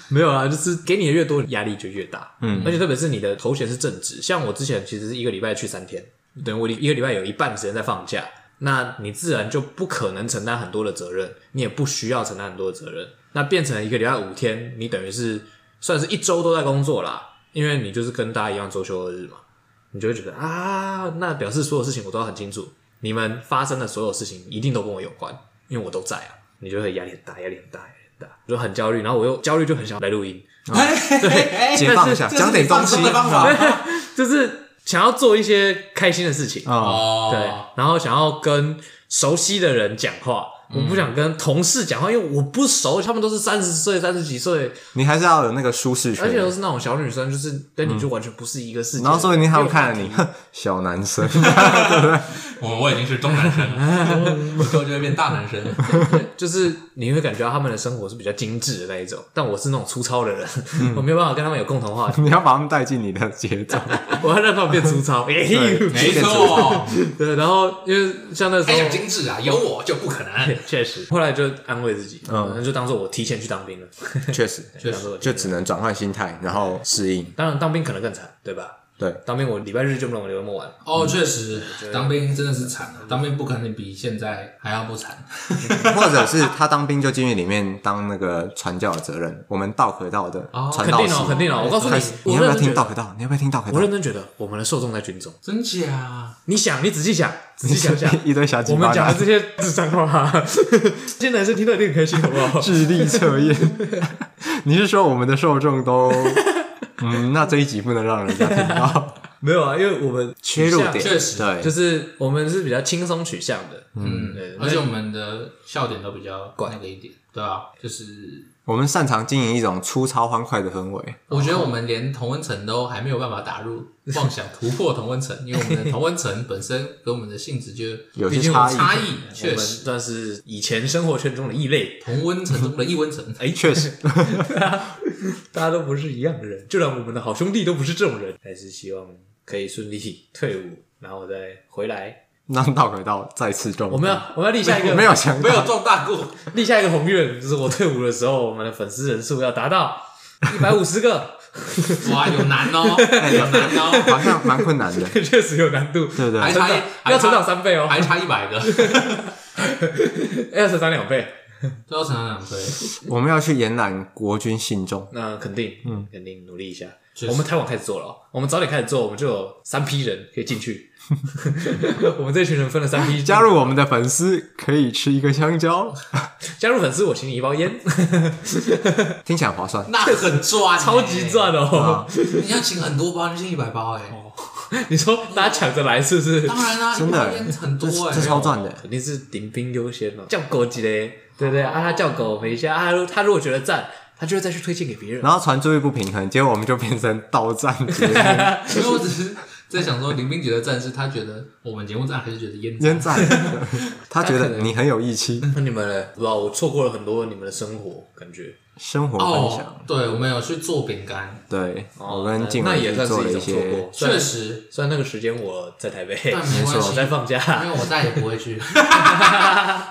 Speaker 1: 没有啦，就是给你的越多，压力就越大，嗯，而且特别是你的头衔是正职，像我之前其实是一个礼拜去三天，等于我一个礼拜有一半的时间在放假，那你自然就不可能承担很多的责任，你也不需要承担很多的责任，那变成一个礼拜五天，你等于是算是一周都在工作啦，因为你就是跟大家一样周休二日嘛，你就会觉得啊，那表示所有事情我都要很清楚，你们发生的所有事情一定都跟我有关，因为我都在啊，你就会压力很大，压力很大，压力很大，就很焦虑，然后我又焦虑，就很想来录音， <laughs>
Speaker 2: <laughs> 对
Speaker 3: 解放一下，
Speaker 2: 这是
Speaker 3: 讲点东西啊
Speaker 2: 你放松
Speaker 3: 嗯
Speaker 2: 的方法
Speaker 1: 就是想要做一些开心的事情，
Speaker 3: 啊。
Speaker 2: 哦，
Speaker 1: 对，然后想要跟熟悉的人讲话。我
Speaker 3: 嗯
Speaker 1: 不想跟同事讲话，因为我不熟，他们都是三十岁、三十几岁，
Speaker 3: 你还是要有那个舒适
Speaker 1: 而且都
Speaker 3: 圈。
Speaker 1: 是那种小女生，就是跟你就完全不是一个世界。
Speaker 3: 嗯然后说不定他们看了
Speaker 1: 没有
Speaker 3: 你， <laughs> 哼，小男生， <laughs>
Speaker 2: 我我已经是中男生了，以后就会变大男生。
Speaker 1: 就是你会感觉到他们的生活是比较精致的那一种，但我是那种粗糙的人，
Speaker 3: 嗯
Speaker 1: 我没有办法跟他们有共同话题， <laughs>
Speaker 3: 你要把他们带进你的节奏。
Speaker 1: 我要让他们变粗
Speaker 3: <laughs>
Speaker 1: 糙。
Speaker 3: 对
Speaker 2: 没错，
Speaker 1: 对，然后因为像那时
Speaker 2: 还想
Speaker 1: 候。
Speaker 2: 精致啊？有我就不可能。
Speaker 1: 确实，后来就安慰自己，
Speaker 3: 嗯
Speaker 1: 嗯，就当做我提前去当兵了，
Speaker 3: 确实，
Speaker 1: 当做我提
Speaker 3: 就
Speaker 1: 前
Speaker 3: 只能转换心态，然后适应。
Speaker 1: 当然当兵可能更惨，对吧？
Speaker 3: 对，
Speaker 1: 当兵我礼拜日就不能留那么晚，
Speaker 2: 哦，确实，当兵真的是惨啊！当兵不可能比现在还要不惨。
Speaker 3: <laughs> 或者是他当兵就进去里面当那个传教的责任，我们道可道的
Speaker 2: 哦
Speaker 3: 传
Speaker 1: 肯
Speaker 3: 道
Speaker 1: 定
Speaker 3: 士
Speaker 1: 哦，。肯定哦，我告诉你
Speaker 3: 开始，
Speaker 1: 我
Speaker 3: 你要不
Speaker 1: 认
Speaker 3: 要
Speaker 1: 真觉
Speaker 3: 听道
Speaker 1: 得，
Speaker 3: 可道？你要不要听道可
Speaker 1: 我
Speaker 3: 道？
Speaker 1: 认真觉得我们的受众在军中，
Speaker 2: 真假？
Speaker 1: 你想，你仔细想，仔细想
Speaker 3: <laughs>
Speaker 1: 想，
Speaker 3: 一堆小鸡
Speaker 1: 我
Speaker 3: 巴
Speaker 1: 们讲
Speaker 3: 男
Speaker 1: 的这些智障话， <laughs> 现在是听到有点开心，好不好？
Speaker 3: 智力测验。
Speaker 1: <laughs>
Speaker 3: 你是说我们的受众都……嗯，那这一集不能让人家听到，
Speaker 1: <laughs> 没有啊，因为我们
Speaker 3: 切入点
Speaker 2: 确实
Speaker 1: 啊
Speaker 3: 对，
Speaker 1: 就是我们是比较轻松取向的，嗯，对，
Speaker 2: 而且我们的笑点都比较那个一点，对啊，就是
Speaker 3: 我们擅长经营一种粗糙欢快的氛围。
Speaker 2: 我觉得我们连同温层都还没有办法打入，妄想突破同温层，因为我们的同温层本身跟我们的性质就
Speaker 3: 有些
Speaker 2: 毕竟
Speaker 3: 差异
Speaker 2: 差异，
Speaker 1: 我
Speaker 2: 确
Speaker 1: 们
Speaker 2: 实
Speaker 1: 算是以前生活圈中的异类，
Speaker 2: 同温层中的异温层。
Speaker 1: 哎，确实，大家都不是一样的人，就连我们的好兄弟都不是这种人，还是希望可以顺利退伍，然后再回来。
Speaker 3: 让道可道再次中，
Speaker 1: 我们要我们要立下一个
Speaker 3: 嗯没有想
Speaker 2: 没
Speaker 1: <laughs>
Speaker 3: 到
Speaker 2: 有撞大过，
Speaker 1: 立下一个宏愿，就是我退伍的时候，我们的粉丝人数要达到一百五十个， <laughs>
Speaker 2: 哇，有难哦，有难哦，
Speaker 3: 好像蛮困难
Speaker 1: <laughs>
Speaker 3: 的，
Speaker 1: 确实有难度，
Speaker 3: 对不
Speaker 2: 还
Speaker 3: 对？
Speaker 2: 差
Speaker 1: 成
Speaker 2: 一
Speaker 1: 长要成长三倍哦，
Speaker 2: 还差一百个，
Speaker 1: <laughs> 要成长两倍，
Speaker 2: 最后成长两倍，
Speaker 3: 我们要去延揽国军信众，
Speaker 1: 那肯定，嗯，肯定努力一下。
Speaker 2: 确实
Speaker 1: 我们太晚开始做了哦，我们早点开始做，我们就有三批人可以进
Speaker 3: <laughs>
Speaker 1: 去。我们这群人分了三批，
Speaker 3: 加入我们的粉丝可以吃一个香蕉，
Speaker 1: 加入粉丝，我请你一包烟，
Speaker 3: 听起来很划算。
Speaker 2: 那很赚，欸
Speaker 1: 超级，赚哦！
Speaker 2: 你要请很多包，你请一百包哎，
Speaker 1: <laughs> 你说大家抢着来是不是？
Speaker 2: 当然啦，
Speaker 3: 真的
Speaker 2: 一包烟很多哎
Speaker 3: 这，超赚的
Speaker 1: 肯定是顶兵优先哦，叫狗级嘞，对不对？啊，他叫狗陪一下，啊，他如果觉得赞，他就会再去推荐给别人。
Speaker 3: 然后传注意不平衡，结果我们就变成到站节目
Speaker 2: 因为我只是在想说，林冰觉得战士，他觉得我们节目站还是觉得烟
Speaker 3: 烟站。他觉得你很有义气，
Speaker 1: 那你们呢？不知道，我错过了很多你们的生活，感觉
Speaker 3: 生活分享。
Speaker 2: 哦，对，我们有去做饼干，
Speaker 3: 对，
Speaker 1: 哦
Speaker 3: 我跟静
Speaker 1: 那
Speaker 3: 文
Speaker 1: 也
Speaker 3: 去
Speaker 1: 算
Speaker 3: 做
Speaker 1: 是
Speaker 3: 了
Speaker 1: 一
Speaker 3: 一
Speaker 1: 种错
Speaker 3: 些
Speaker 1: 过，虽然
Speaker 2: 确实，
Speaker 1: 虽然那个时间我在台北，
Speaker 2: 但没关
Speaker 1: 我
Speaker 2: 系，
Speaker 1: 在放假，
Speaker 2: 因为我再也不会去，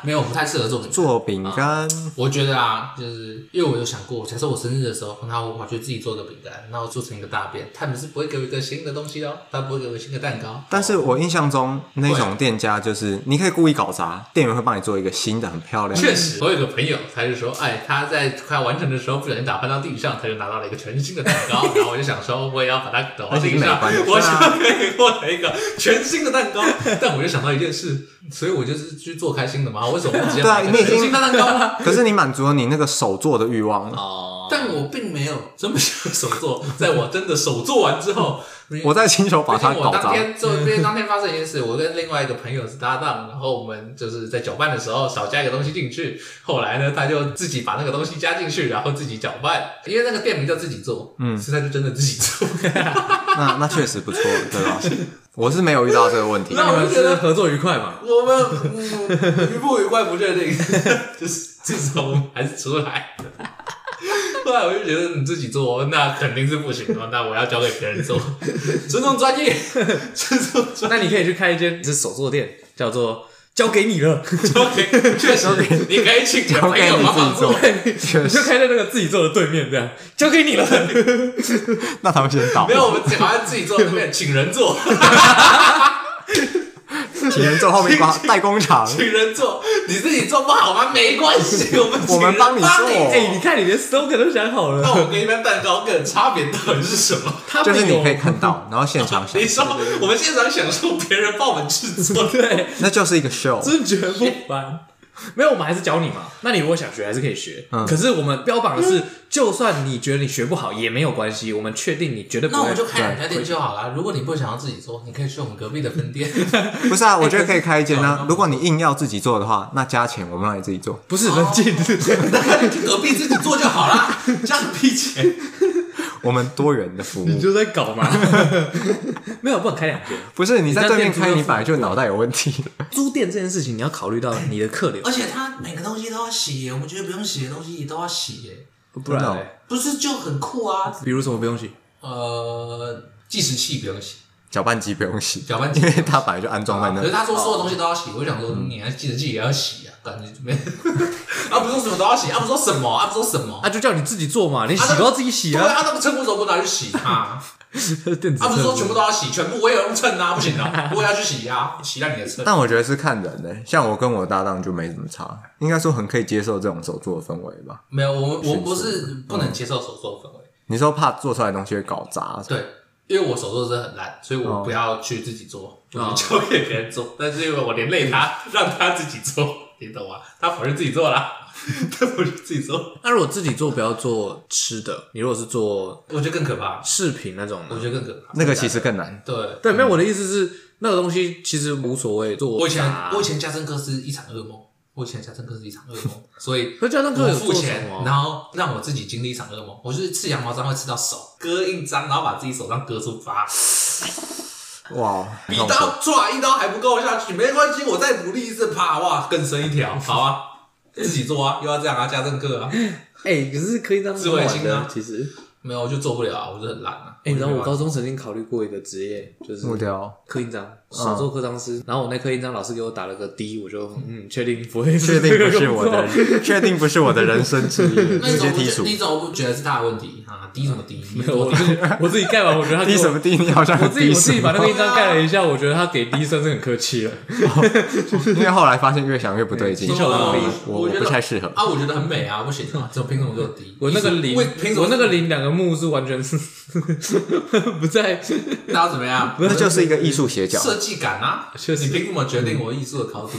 Speaker 2: 没有，我不太适合做饼干。
Speaker 3: 做饼干，
Speaker 2: 我觉得啊，就是因为我有想过，假设我生日的时候，那我跑去自己做个饼干，那我做成一个大便，他们是不会给我一个新的东西的哦，他不会给我新的蛋糕。
Speaker 3: 但是我印象中那种店家就是你可以故意搞砸，店员会帮你做一个新的，很漂亮。
Speaker 2: 确实，我有个朋友，他就说，哎，他在快完成的时候不小心打翻到地上，他就拿到了一个全新的蛋糕。然后我就想说，我也要把它抖到地上，
Speaker 3: 而且是美观的
Speaker 2: 我想可以获得一个全新的蛋糕。但我就想到一件事，所以我就是去做开心的嘛，为什么不直接
Speaker 3: 对
Speaker 2: 买
Speaker 3: 啊
Speaker 2: 一
Speaker 3: 你
Speaker 2: 个
Speaker 3: 已经
Speaker 2: 全新的蛋糕呢？
Speaker 3: 可是你满足了你那个手做的欲望了。
Speaker 1: 哦，
Speaker 2: 但我并没有这么想手做，在我真的手做完之
Speaker 3: <laughs>
Speaker 2: 后，
Speaker 3: 我在亲手把
Speaker 2: 毕
Speaker 3: 它
Speaker 2: 竟我
Speaker 3: 搞
Speaker 2: 当
Speaker 3: 砸。
Speaker 2: 天做，毕竟当天发生一件事，我跟另外一个朋友是搭档，然后我们就是在搅拌的时候少加一个东西进去，后来呢，他就自己把那个东西加进去，然后自己搅拌，因为那个店名叫自己做，嗯，所以他就真的自己做。 <laughs>
Speaker 3: 那那确实不错，对
Speaker 1: <laughs>
Speaker 3: 吧？我是没有遇到这个问题。
Speaker 1: 那你
Speaker 2: 我
Speaker 1: 们
Speaker 2: 就觉
Speaker 1: 是
Speaker 2: 得
Speaker 1: 合作愉快嘛？
Speaker 2: 我们嗯愉不愉快不确定， <laughs> 就是至少我们还是出来的。后来我就觉得你自己做，那肯定是不行的，那我要交给别人做，尊重专业，尊重专
Speaker 1: 那
Speaker 2: 业。
Speaker 1: 你可以去开一间是手作店，叫做交给你了，
Speaker 2: OK，确实，你可以请你的朋友帮忙做。
Speaker 1: 你就开在那个自己做的对面，这样交给你了。
Speaker 3: 哦那他们先倒
Speaker 2: <laughs> 没，有，我们好像自己做，没有请人 <laughs> 做，
Speaker 3: <laughs> 请人做后面挂代工厂，
Speaker 2: 请人做，你自己做不好吗？没关 <laughs> 系，我们
Speaker 3: 我们帮
Speaker 2: 你
Speaker 3: 你做
Speaker 1: 哎，你看你连 slogan 都想好
Speaker 2: 那
Speaker 1: 了，
Speaker 2: 我们跟一般蛋糕跟差别到底是什么？
Speaker 1: 他
Speaker 3: 哦就
Speaker 1: 们
Speaker 3: 是你
Speaker 1: 有
Speaker 3: 可以看到，然后现场想
Speaker 2: 你，说我们现场享受别人帮我们制作， <laughs>
Speaker 1: 对，
Speaker 3: 那就是一个 show。
Speaker 1: 真觉得不凡。没有，我们还是教你嘛。那你如果想学，还是可以学。
Speaker 3: 嗯
Speaker 1: 可是我们标榜的是，就算你觉得你学不好也没有关系，我们确定你绝对不
Speaker 2: 那
Speaker 1: 会。
Speaker 2: 我们就开两家店就好了。如果你不想要自己做，你可以去我们隔壁的分 <laughs> 店。
Speaker 3: 不是啊，我觉得可以开一间
Speaker 2: 哎可
Speaker 3: 啊
Speaker 2: 是。
Speaker 3: 如果你硬要自己做的话，那加钱我们让你自己做。
Speaker 1: 不是冷静，
Speaker 3: 哦
Speaker 2: 那你去隔壁自己做就好了，这样比钱。
Speaker 3: 我们多元的服
Speaker 1: 你
Speaker 3: 务，
Speaker 1: 就在搞嘛。 <laughs> 没有，不能开两间。
Speaker 3: 不是你在对面
Speaker 1: 你
Speaker 3: 开，
Speaker 1: 在店
Speaker 3: 你本来就脑袋有问题。
Speaker 1: 租店这件事情，你要考虑到你的客流
Speaker 2: <laughs> 而，且他每个东西都要洗耶，我们觉得不用洗的东西都要洗耶，
Speaker 1: 不然
Speaker 3: 真的哦
Speaker 1: 嘞，
Speaker 2: 不是就很酷啊？
Speaker 1: 比如什么不用洗，
Speaker 2: 呃，计时器不用洗，
Speaker 3: 搅拌机不用洗，
Speaker 2: 搅拌机
Speaker 3: 因为它本来就安装在
Speaker 2: 可是
Speaker 3: 那。
Speaker 2: 他说所有东西都要洗，我就想说，你还计时器也要洗啊？感觉没， <laughs> 啊不是说什么都要洗，啊不是说什么，啊不是说什么，
Speaker 1: 啊，就叫你自己做嘛，你洗都要自己洗
Speaker 2: 对
Speaker 1: 啊。
Speaker 2: 啊，那个秤为什么不拿去洗
Speaker 1: <laughs>
Speaker 2: <laughs> 它？
Speaker 1: 电子
Speaker 2: 啊不是说
Speaker 1: 秤
Speaker 2: 全部都要洗，全部我也用秤啊，不行 <laughs> 啊，我也要去洗啊，洗烂你的秤。
Speaker 3: 但我觉得是看人呢、像我跟我搭档就没怎么差，应该说很可以接受这种手做的氛围吧。
Speaker 2: 没有，我们我们不是不能接受手作氛围，
Speaker 3: 你说怕做出来的东西会搞砸，
Speaker 2: 对，啊哦因为我手作真的很烂，所以我不要去自己做，我
Speaker 1: 哦
Speaker 2: 就交给别人做。但是因为我连累他，让他自己做，你懂吗？他跑去自己做啦， <laughs> 他跑去自己做，
Speaker 1: 那如果自己做，不要做吃的。你如果是做
Speaker 2: 我觉得更可怕，
Speaker 1: 饰品那种呢，
Speaker 2: 我觉得更可怕。
Speaker 3: 那个其实更难。
Speaker 2: 对，
Speaker 1: 对，没有我的意思是，那个东西其实无所谓做。
Speaker 2: 我以前我以前家政课是一场噩梦，我以前家政课是一场噩梦，所
Speaker 1: <laughs>
Speaker 2: 以
Speaker 1: 可是家政课
Speaker 2: 我
Speaker 1: 有
Speaker 2: 付
Speaker 1: 做
Speaker 2: 钱
Speaker 1: 什么，啊？
Speaker 2: 然后让我自己经历一场噩梦。我就是吃羊毛毡会吃到手割印章，然后把自己手上割出疤，
Speaker 3: 哇，很
Speaker 2: 比
Speaker 3: 痛苦
Speaker 2: 刀抓一刀还不够下去，没关系，我再努力一次，啪哇更深一条，好啊。自己做啊，又要这样啊，家政课啊，
Speaker 1: 哎、可是可以这样
Speaker 2: 智慧型啊
Speaker 1: 其实
Speaker 2: 没有，我就做不了啊，我就很懒啊。
Speaker 1: 哎、你知道
Speaker 2: 就没
Speaker 1: 我
Speaker 2: 办法
Speaker 1: 高中曾经考虑过一个职业，就是
Speaker 3: 木雕，
Speaker 1: 刻印章，
Speaker 3: 嗯
Speaker 1: 手做刻章师。然后我那刻印章老师给我打了个 D，我就嗯，确定不会，
Speaker 3: <laughs> 确定不是我
Speaker 2: <laughs>
Speaker 3: 的，确定不是我的人生之一，
Speaker 2: 那你怎
Speaker 3: 直接
Speaker 2: 么不
Speaker 3: 剔
Speaker 2: 觉
Speaker 3: 除
Speaker 2: 得？。
Speaker 3: <laughs>
Speaker 2: 你怎么不觉得是他的问题啊？低什么低？没
Speaker 1: <laughs> 我自 <laughs> 己我自己盖完，我觉得他给
Speaker 3: 低
Speaker 1: 我
Speaker 3: 什么低？你好像
Speaker 1: <laughs> 我自己
Speaker 3: 低
Speaker 1: 我自己
Speaker 3: 什
Speaker 1: 把
Speaker 3: 么？
Speaker 1: 那个印章盖了一下，我觉得他给 D 算是很客
Speaker 2: <laughs>
Speaker 1: 气了。
Speaker 3: 因为后来发现越想越不对劲，
Speaker 1: 嗯小能力
Speaker 3: 我
Speaker 2: 我觉
Speaker 3: 不
Speaker 2: 得
Speaker 3: 太适合。
Speaker 2: 啊，我觉得很美啊，不行啊，怎么凭什么给我低？
Speaker 1: 我那个
Speaker 2: 你
Speaker 1: 零，
Speaker 2: 为凭什么
Speaker 1: 我那个零两个木是完全
Speaker 2: <laughs>
Speaker 1: 是不在，
Speaker 2: 那要怎么样？
Speaker 3: 那就是一个艺术斜角，
Speaker 2: 设计感嗯啊，
Speaker 1: 确实
Speaker 2: 你凭什么决定我艺术的高度？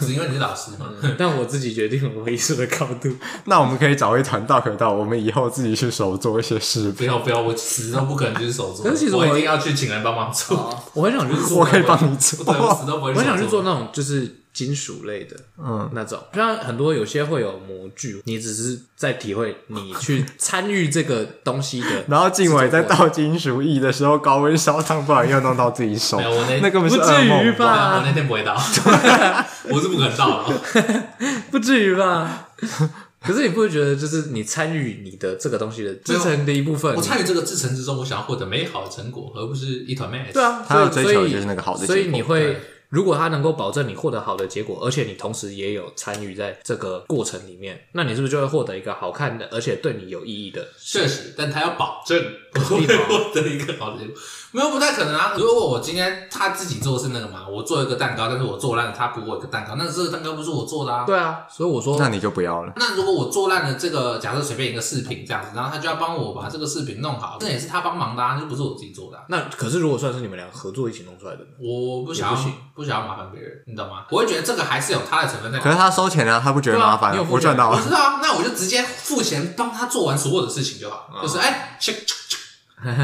Speaker 2: 只因为你是老师嘛？
Speaker 1: 但我自己决定我艺术的高
Speaker 2: <laughs>
Speaker 1: 度。
Speaker 3: 那我们可以找一团大可道，我们以后自己去手做一些饰
Speaker 2: 不
Speaker 3: 品，
Speaker 2: 要不要，我死都不可能就是手做。
Speaker 1: 可是其实我
Speaker 2: 我一哦定要去请人帮忙做，
Speaker 1: 我很想去
Speaker 3: 我
Speaker 1: 做，
Speaker 3: 可以帮你
Speaker 2: 不对，我
Speaker 3: 做。。
Speaker 2: 死都不会。
Speaker 1: 我很想去做，那种就是金属类的，嗯，那种像很多有些会有模具，你只是在体会你去参与这个东西的
Speaker 3: <laughs> 然后静伟在倒金属液的时候，高温烧烫，不然又弄到自己手，
Speaker 2: 没有我那
Speaker 3: 那根本是
Speaker 1: 不至
Speaker 3: 噩
Speaker 1: 于
Speaker 3: 梦
Speaker 1: 吧
Speaker 2: 我那天不 <laughs> 会到，我是不可能到的。
Speaker 1: 不至于吧？可是你不会觉得，就是你参与你的这个东西的制成的一部分
Speaker 2: <laughs> 我，参与这个制成之中，我想要获得美好的成果，而不是一团 mess。
Speaker 1: 对，啊，
Speaker 3: 他要
Speaker 1: 所以
Speaker 3: 追求
Speaker 1: 所以
Speaker 3: 就是那个好的
Speaker 1: 所以
Speaker 3: 结果
Speaker 1: 你会
Speaker 2: 对，
Speaker 1: 如果他能够保证你获得好的结果，而且你同时也有参与在这个过程里面，那你是不是就会获得一个好看的，而且对你有意义的？
Speaker 2: 确实，但他要保证我会获得一个 <laughs> 好的结果，没有不太可能啊。如果我今天他自己做的是那个嘛，我做一个蛋糕，但是我做烂了，他补我一个蛋糕，那这个蛋糕不是我做的啊。
Speaker 1: 对啊，所以我说
Speaker 3: 那你就不要了。
Speaker 2: 那如果我做烂了这个，假设随便一个饰品这样子，然后他就要帮我把这个饰品弄好，那也是他帮忙的、啊，就不是我自己做的啊、
Speaker 1: 那可是如果算是你们俩合作一起弄出来的呢，
Speaker 2: 我不想要
Speaker 1: 也不行
Speaker 2: 不想要麻烦别人，你懂吗？我会觉得这个还是有他的成分在。
Speaker 3: 可是他收钱了，他不觉得麻烦
Speaker 1: 对啊你有，付
Speaker 3: 我赚到
Speaker 2: 我
Speaker 3: 了。
Speaker 2: 知道啊，那我就直接付钱帮他做完所有的事情就好，就是
Speaker 3: 啊
Speaker 2: 哎，切切切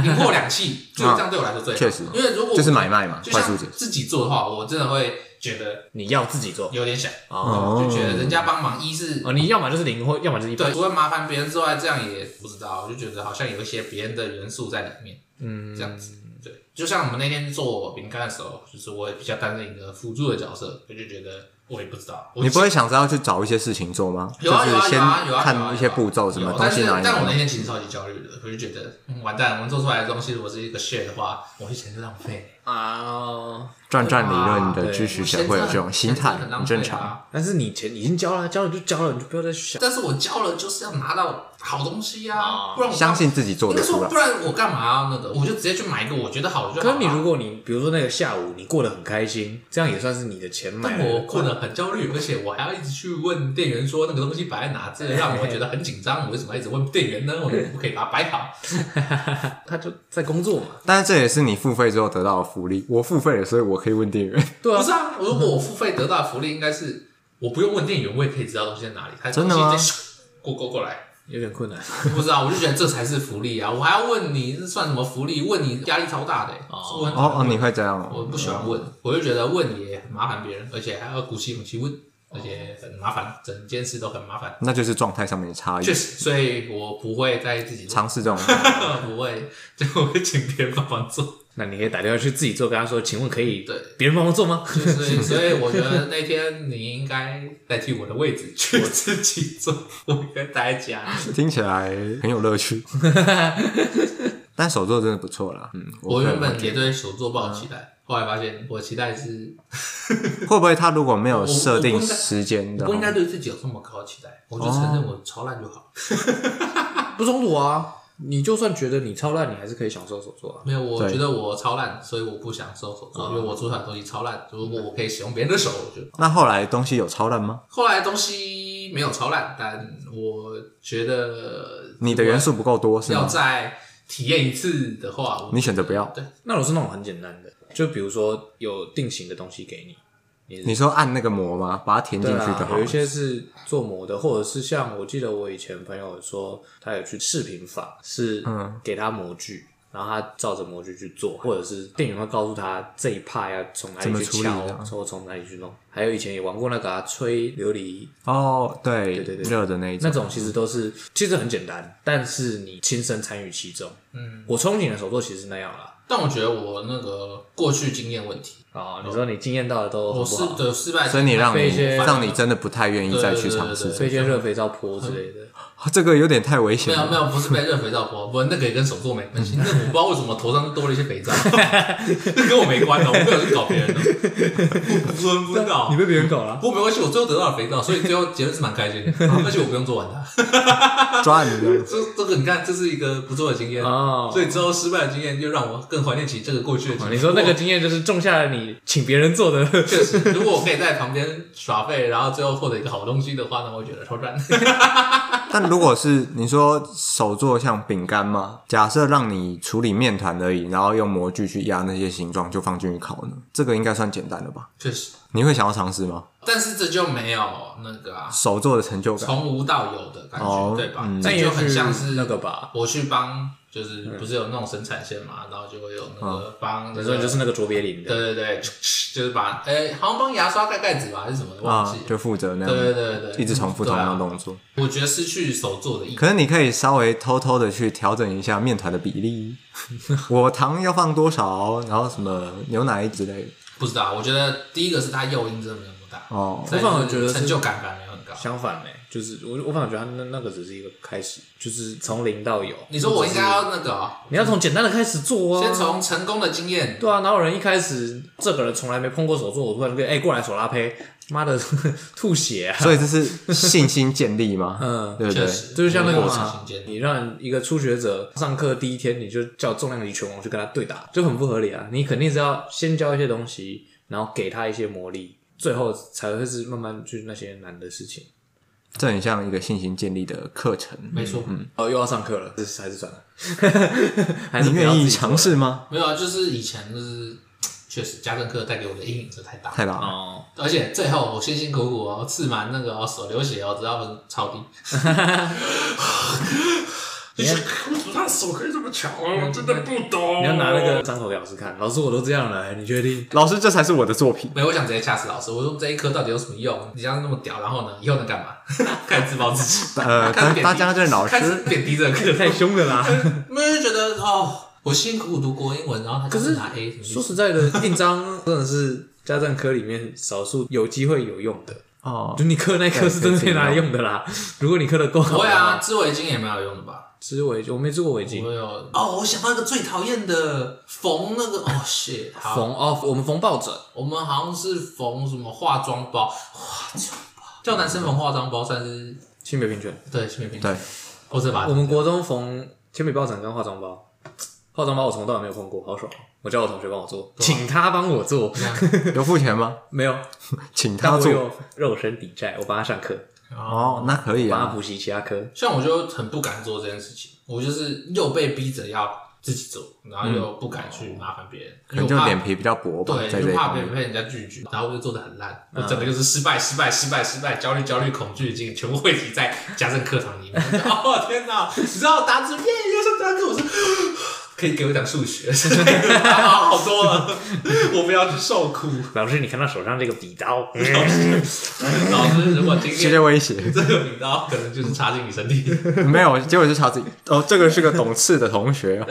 Speaker 2: 赢货两气，就是这样对我来说最好
Speaker 3: 确实
Speaker 2: 因为如果
Speaker 3: 就是买卖嘛
Speaker 2: 就
Speaker 3: 啊快
Speaker 2: 像
Speaker 3: 速解决
Speaker 2: 自己做的话，我真的会觉得
Speaker 1: 你要自己做
Speaker 2: 有点想，
Speaker 1: 啊
Speaker 3: 哦
Speaker 2: 就觉得人家帮忙，一是
Speaker 1: 哦，你要么就是零，或要么就是一
Speaker 2: 对，
Speaker 1: 百。
Speaker 2: 除了麻烦别人之外，这样也不知道，我就觉得好像有一些别人的元素在里面，嗯，这样子。对，就像我们那天做饼干的时候，就是我也比较担任一个辅助的角色，我就觉得我也不知道，我
Speaker 3: 你不会想着要去找一些事情做吗？
Speaker 2: 有啊
Speaker 3: 就
Speaker 2: 有
Speaker 3: 是
Speaker 2: 啊
Speaker 3: 先
Speaker 2: 有啊有啊，有啊
Speaker 3: 看一些步骤，什么
Speaker 2: 有
Speaker 3: 东西
Speaker 2: 但
Speaker 3: 哪
Speaker 2: 是
Speaker 3: 里
Speaker 2: 但我那
Speaker 3: 来。
Speaker 2: 天其实超级焦虑的，我就觉得、嗯完蛋，我们做出来的东西如果是一个 share 的话，我一钱就浪费。
Speaker 1: 啊！
Speaker 3: 转转理论
Speaker 1: 对
Speaker 3: 的支持者会有这种心态，
Speaker 2: 我钱真的
Speaker 3: 很
Speaker 2: 浪费
Speaker 3: 正常。
Speaker 2: 啊。
Speaker 1: 但是你钱已经交了，交了就交了，你就不要再去想。
Speaker 2: 但是我交了就是要拿到好东西啊，
Speaker 1: 哦
Speaker 2: 不然我
Speaker 3: 相信自己做
Speaker 2: 应
Speaker 3: 得
Speaker 2: 该说
Speaker 3: 出来
Speaker 2: 不。然我干嘛要那个？我就直接去买一个我觉得好的就好
Speaker 1: 可
Speaker 2: 了。
Speaker 1: 是你如果你比如说那个下午你过得很开心，这样也算是你的钱买
Speaker 2: 但
Speaker 1: 来的
Speaker 2: 我过得很焦虑，而且我还要一直去问店员说那个东西摆在哪，这让我觉得很紧张。我为什么要一直问店员呢？我怎么不可以把它摆
Speaker 3: <laughs>
Speaker 2: 好？
Speaker 1: <laughs> 他就在工作嘛。
Speaker 3: 但是这也是你付费之后得到的福利。我付费了，所以我可以问店员。
Speaker 1: 对啊
Speaker 2: 不，是啊，如果我付费得到的福利，应该是我不用问店员，我也可以知道东西在哪里。他
Speaker 3: 真的吗
Speaker 2: 东西在？过过过来，
Speaker 1: 有点困难。
Speaker 2: 不知道，我就觉得这才是福利啊！我还要问你这算什么福利？问你压力超大的、欸。
Speaker 1: 哦
Speaker 2: 我很
Speaker 3: 哦哦，你会这样哦？
Speaker 2: 我不喜欢问，我就觉得问也很麻烦别人，而且还要鼓起勇气问，而且很麻烦，整件事都很麻烦。
Speaker 3: 那就是状态上面的差异
Speaker 2: 确。实，所以我不会在自己做，
Speaker 3: 尝试这种，
Speaker 2: <laughs> 不会，就我会请别人帮忙做。
Speaker 1: 那你可以打电话去自己做，跟他说，请问可以
Speaker 2: 对
Speaker 1: 别人帮我做吗？
Speaker 2: 就是，所以我觉得那天你应该代替我的位置去自己做，我应该待在家。
Speaker 3: 听起来很有乐趣。但手作真的不错啦。嗯，
Speaker 2: 我
Speaker 3: 个
Speaker 2: 原
Speaker 3: 人
Speaker 2: 本也对手作抱有期待，后来发现我期待是，
Speaker 3: 会不会他如果没有
Speaker 2: 我
Speaker 3: 设
Speaker 2: 我
Speaker 3: 定
Speaker 2: 不应该
Speaker 3: 时间
Speaker 2: 我
Speaker 3: 的
Speaker 2: 不
Speaker 3: 话，
Speaker 2: 应该对啊哦自己有这么高的期待，我就承认我超烂就好。
Speaker 1: <laughs> 不冲突啊，你就算觉得你超烂，你还是可以享受手作啊。
Speaker 2: 没有，我
Speaker 3: 对啊
Speaker 2: 觉得我超烂，所以我不想收手作，因为我做出来的东西超烂。如果我可以使用别人的手，我觉得
Speaker 3: 那后来东西有超烂吗？
Speaker 2: 后来东西没有超烂，但我觉得
Speaker 3: 你的元素不够多是
Speaker 2: 要
Speaker 3: 吗？
Speaker 2: 再体验一次的话，我
Speaker 3: 你选择不要。
Speaker 2: 对
Speaker 1: 那我是那种很简单的，就比如说有定型的东西给你，
Speaker 3: 你说按那个膜吗？把它填进
Speaker 1: 对
Speaker 3: 去就
Speaker 1: 啊，有
Speaker 3: 好
Speaker 1: 一
Speaker 3: 了。
Speaker 1: 些是做模的，或者是像我记得我以前朋友说，他有去饰品坊，
Speaker 3: 嗯
Speaker 1: 是给他模具，然后他照着模具去做，或者是店员会告诉他这一帕要从哪
Speaker 3: 怎么
Speaker 1: 里去
Speaker 3: 处理
Speaker 1: 敲
Speaker 3: 的啊，
Speaker 1: 或从哪里去弄。还有以前也玩过那个、啊、吹琉璃
Speaker 3: 哦，对，
Speaker 1: 对对
Speaker 3: 热的那一
Speaker 1: 那
Speaker 3: 种。
Speaker 1: 种其实都是，其实很简单，但是你亲身参与其中。嗯，我憧憬的手作其实是那样啦。
Speaker 2: 但我觉得我那个过去经验问题，
Speaker 1: 哦，你说你经验到的都很
Speaker 2: 哦我
Speaker 1: 不
Speaker 2: 是
Speaker 1: 好，
Speaker 2: 的失败者，
Speaker 3: 所以你让
Speaker 1: 被一
Speaker 3: 你
Speaker 1: 些
Speaker 3: 让你真的不太愿意再去尝试
Speaker 2: 对对对对
Speaker 1: 所以一些热肥皂泼之类的，
Speaker 3: 这个有点太危险
Speaker 2: 没有
Speaker 3: 了。
Speaker 2: 没有，不是被热肥皂泼，不，那个也跟手作没关系。
Speaker 3: 嗯
Speaker 2: 那我不知道为什么头上多了一些肥皂， <laughs> 这跟我没关哦的，我没有去搞别人的，我 <laughs> 不伦不搞
Speaker 1: 你。被别人搞了，
Speaker 2: 不过没关系，我最后得到了肥皂，所以最后结论是蛮开心的，
Speaker 1: <laughs>
Speaker 2: 而且我不用做完它。啊
Speaker 3: 抓你了，
Speaker 2: 这这个你看，这是一个不错的经验
Speaker 1: 哦
Speaker 2: 所以之后失败的经验又让我更怀念起这个过去的经
Speaker 1: 哦
Speaker 2: 验。
Speaker 1: 你说那个
Speaker 2: 如果
Speaker 1: 经验就是种下了你请别人
Speaker 2: <laughs>
Speaker 1: 做的，
Speaker 2: 确实，如果我可以在旁边耍废，然后最后获得一个好东西的话，那我会觉得
Speaker 1: <laughs>
Speaker 2: 超赞。
Speaker 3: 但如果是你说手做像饼干吗？假设让你处理面团而已，然后用模具去压那些形状，就放进去烤呢？这个应该算简单了吧？
Speaker 2: 确实，
Speaker 3: 你会想要尝试吗？
Speaker 2: 但是这就没有那个啊，
Speaker 3: 手做的成就感，
Speaker 2: 从无到有的感觉，
Speaker 3: 哦
Speaker 2: 对吧？
Speaker 3: 嗯
Speaker 2: 这
Speaker 1: 但也
Speaker 2: 就很像
Speaker 1: 是
Speaker 2: 是
Speaker 1: 那个吧。
Speaker 2: 我去帮，就是不是有那种生产线嘛，然后就会有那个帮、那
Speaker 1: 嗯你
Speaker 2: 个
Speaker 1: 说你就是那个卓别林
Speaker 2: 对
Speaker 1: 的，
Speaker 2: 对对，就是把哎、好像帮牙刷盖盖子吧，还是什么的，忘
Speaker 3: 啊
Speaker 2: 记，了。
Speaker 3: 就负责那
Speaker 2: 对对
Speaker 3: 样，
Speaker 2: 对对对，
Speaker 3: 一直重复同样的
Speaker 2: 对啊
Speaker 3: 动作。
Speaker 2: 我觉得失去手做的意义。
Speaker 3: 可是你可以稍微偷偷的去调整一下面团的比
Speaker 2: <laughs>
Speaker 3: 例，我糖要放多少，然后什么牛奶之类的。
Speaker 2: 不知道，我觉得第一个是它诱因真的没有那么大，
Speaker 3: 哦
Speaker 2: 再
Speaker 1: 我反而
Speaker 2: 就是
Speaker 1: 觉得是
Speaker 2: 成就感感没有很高。
Speaker 1: 相反呢、就是我我反而觉得他那那个只是一个开始，就是从零到有。
Speaker 2: 你说我应该要那个哦、
Speaker 1: 你要从简单的开始做啊，
Speaker 2: 先从成功的经验，
Speaker 1: 对啊，哪有人一开始这个人从来没碰过手作，我突然跟哎、过来手拉胚，妈的 <laughs> 吐血啊！
Speaker 3: <laughs> 所以这是信心建立吗？
Speaker 1: <laughs> 嗯
Speaker 3: 对不
Speaker 2: 确
Speaker 3: 对？
Speaker 2: 实
Speaker 1: 就是像那个
Speaker 2: 过程
Speaker 1: 嘛
Speaker 2: 中间，
Speaker 1: 你让一个初学者上课第一天你就叫重量级拳王去跟他对打，就很不合理啊！你肯定是要先教一些东西，然后给他一些魔力，最后才会是慢慢去那些难的事情。
Speaker 3: 这很像一个信心建立的课程。
Speaker 2: 没错，
Speaker 1: 哦，又要上课了，这是还是算了， <laughs> 还是
Speaker 3: 你
Speaker 1: 不要
Speaker 3: 愿
Speaker 1: 自
Speaker 3: 意
Speaker 1: 己做
Speaker 3: 尝试吗？
Speaker 2: 没有啊，就是以前就是确实家政课带给我的阴影是太大，
Speaker 3: 太大了，
Speaker 1: 哦，
Speaker 2: 而且最后我辛辛苦苦哦，刺满那个哦手流血哦，直到分超
Speaker 1: <laughs>
Speaker 2: 低。 <laughs> 就是为什么他的手可以这么巧啊？我真的不懂。
Speaker 1: 你要拿那个张口给老师看，老师我都这样了，哎你确定？
Speaker 3: 老师，这才是我的作
Speaker 1: <laughs>
Speaker 3: 品。
Speaker 2: 没有，我想直接掐死老师。我说这一科到底有什么用？你这样那么屌，然后呢，以后能干嘛？ <laughs> 开始自暴自弃。
Speaker 3: 呃，
Speaker 2: 开始
Speaker 3: 大
Speaker 2: 贬低
Speaker 3: 大家这老
Speaker 2: 开始
Speaker 3: 师
Speaker 2: 贬低这个课， <laughs>
Speaker 1: 太凶了啦！
Speaker 2: 没有就觉得哦，我辛苦苦读国英文，然后他就
Speaker 1: 可是
Speaker 2: 拿 A，什么意思
Speaker 1: 说实在的，印章真的是家政科里面少数有机会有用的。
Speaker 3: 哦
Speaker 1: 就，你刻那一刻是真的可以拿来用的啦。如果你刻的够好，
Speaker 2: 不会啊，，织围巾也蛮有用的吧？
Speaker 1: 织围巾我没织过围巾，
Speaker 2: 我有哦，我想到一个最讨厌的缝那个哦 shit，好，
Speaker 1: 缝哦，我们缝抱枕，
Speaker 2: 我们好像是缝什么化妆包，化妆包叫男生缝化妆包算是
Speaker 1: 性别平权。
Speaker 2: 对性别平等，
Speaker 3: 对，
Speaker 2: 或者把
Speaker 1: 我们国中缝铅笔抱枕跟化妆包，化妆包我从头到尾没有碰过，好爽哦！我叫我同学帮我做，请他帮我做，
Speaker 3: 有付钱吗？
Speaker 1: 没有，
Speaker 3: 请
Speaker 1: 但
Speaker 3: 他
Speaker 1: 我
Speaker 3: 做
Speaker 1: 有肉身抵债，我帮他上课，
Speaker 3: 哦，那可以
Speaker 1: 帮他
Speaker 3: 啊。
Speaker 1: 补习其他科。
Speaker 2: 像我就很不敢做这件事情，我就是又被逼着要自己做，然后又不敢去麻烦别人，
Speaker 3: 嗯哦可能
Speaker 2: 因为
Speaker 3: 就
Speaker 2: 我怕
Speaker 3: 脸皮比较薄吧，在
Speaker 2: 对，
Speaker 3: 这
Speaker 2: 就
Speaker 3: 一
Speaker 2: 怕
Speaker 3: 方
Speaker 2: 被
Speaker 3: 面。嗯
Speaker 2: 被人家拒绝，然后我就做的很烂，我整个就是失败、失败、失败、失败，焦虑、焦虑、恐惧，已经全部汇集在家政课堂里面。 <laughs> 我就哦天哪！你知道答主耶，要上家课，我说可以给我讲数学 <laughs> 之类的吗，啊，好多了，我不要去受
Speaker 3: <laughs>
Speaker 2: 苦。
Speaker 1: 老师，你看他手上这个笔
Speaker 2: <laughs>
Speaker 1: 刀，
Speaker 2: 老师，老师，如果今
Speaker 3: 直接
Speaker 2: 天
Speaker 1: <laughs>
Speaker 3: 威胁
Speaker 2: 这个频道可能就是插进你身体，
Speaker 3: 没有，结果就查自己哦，这个是个懂事的同学，哦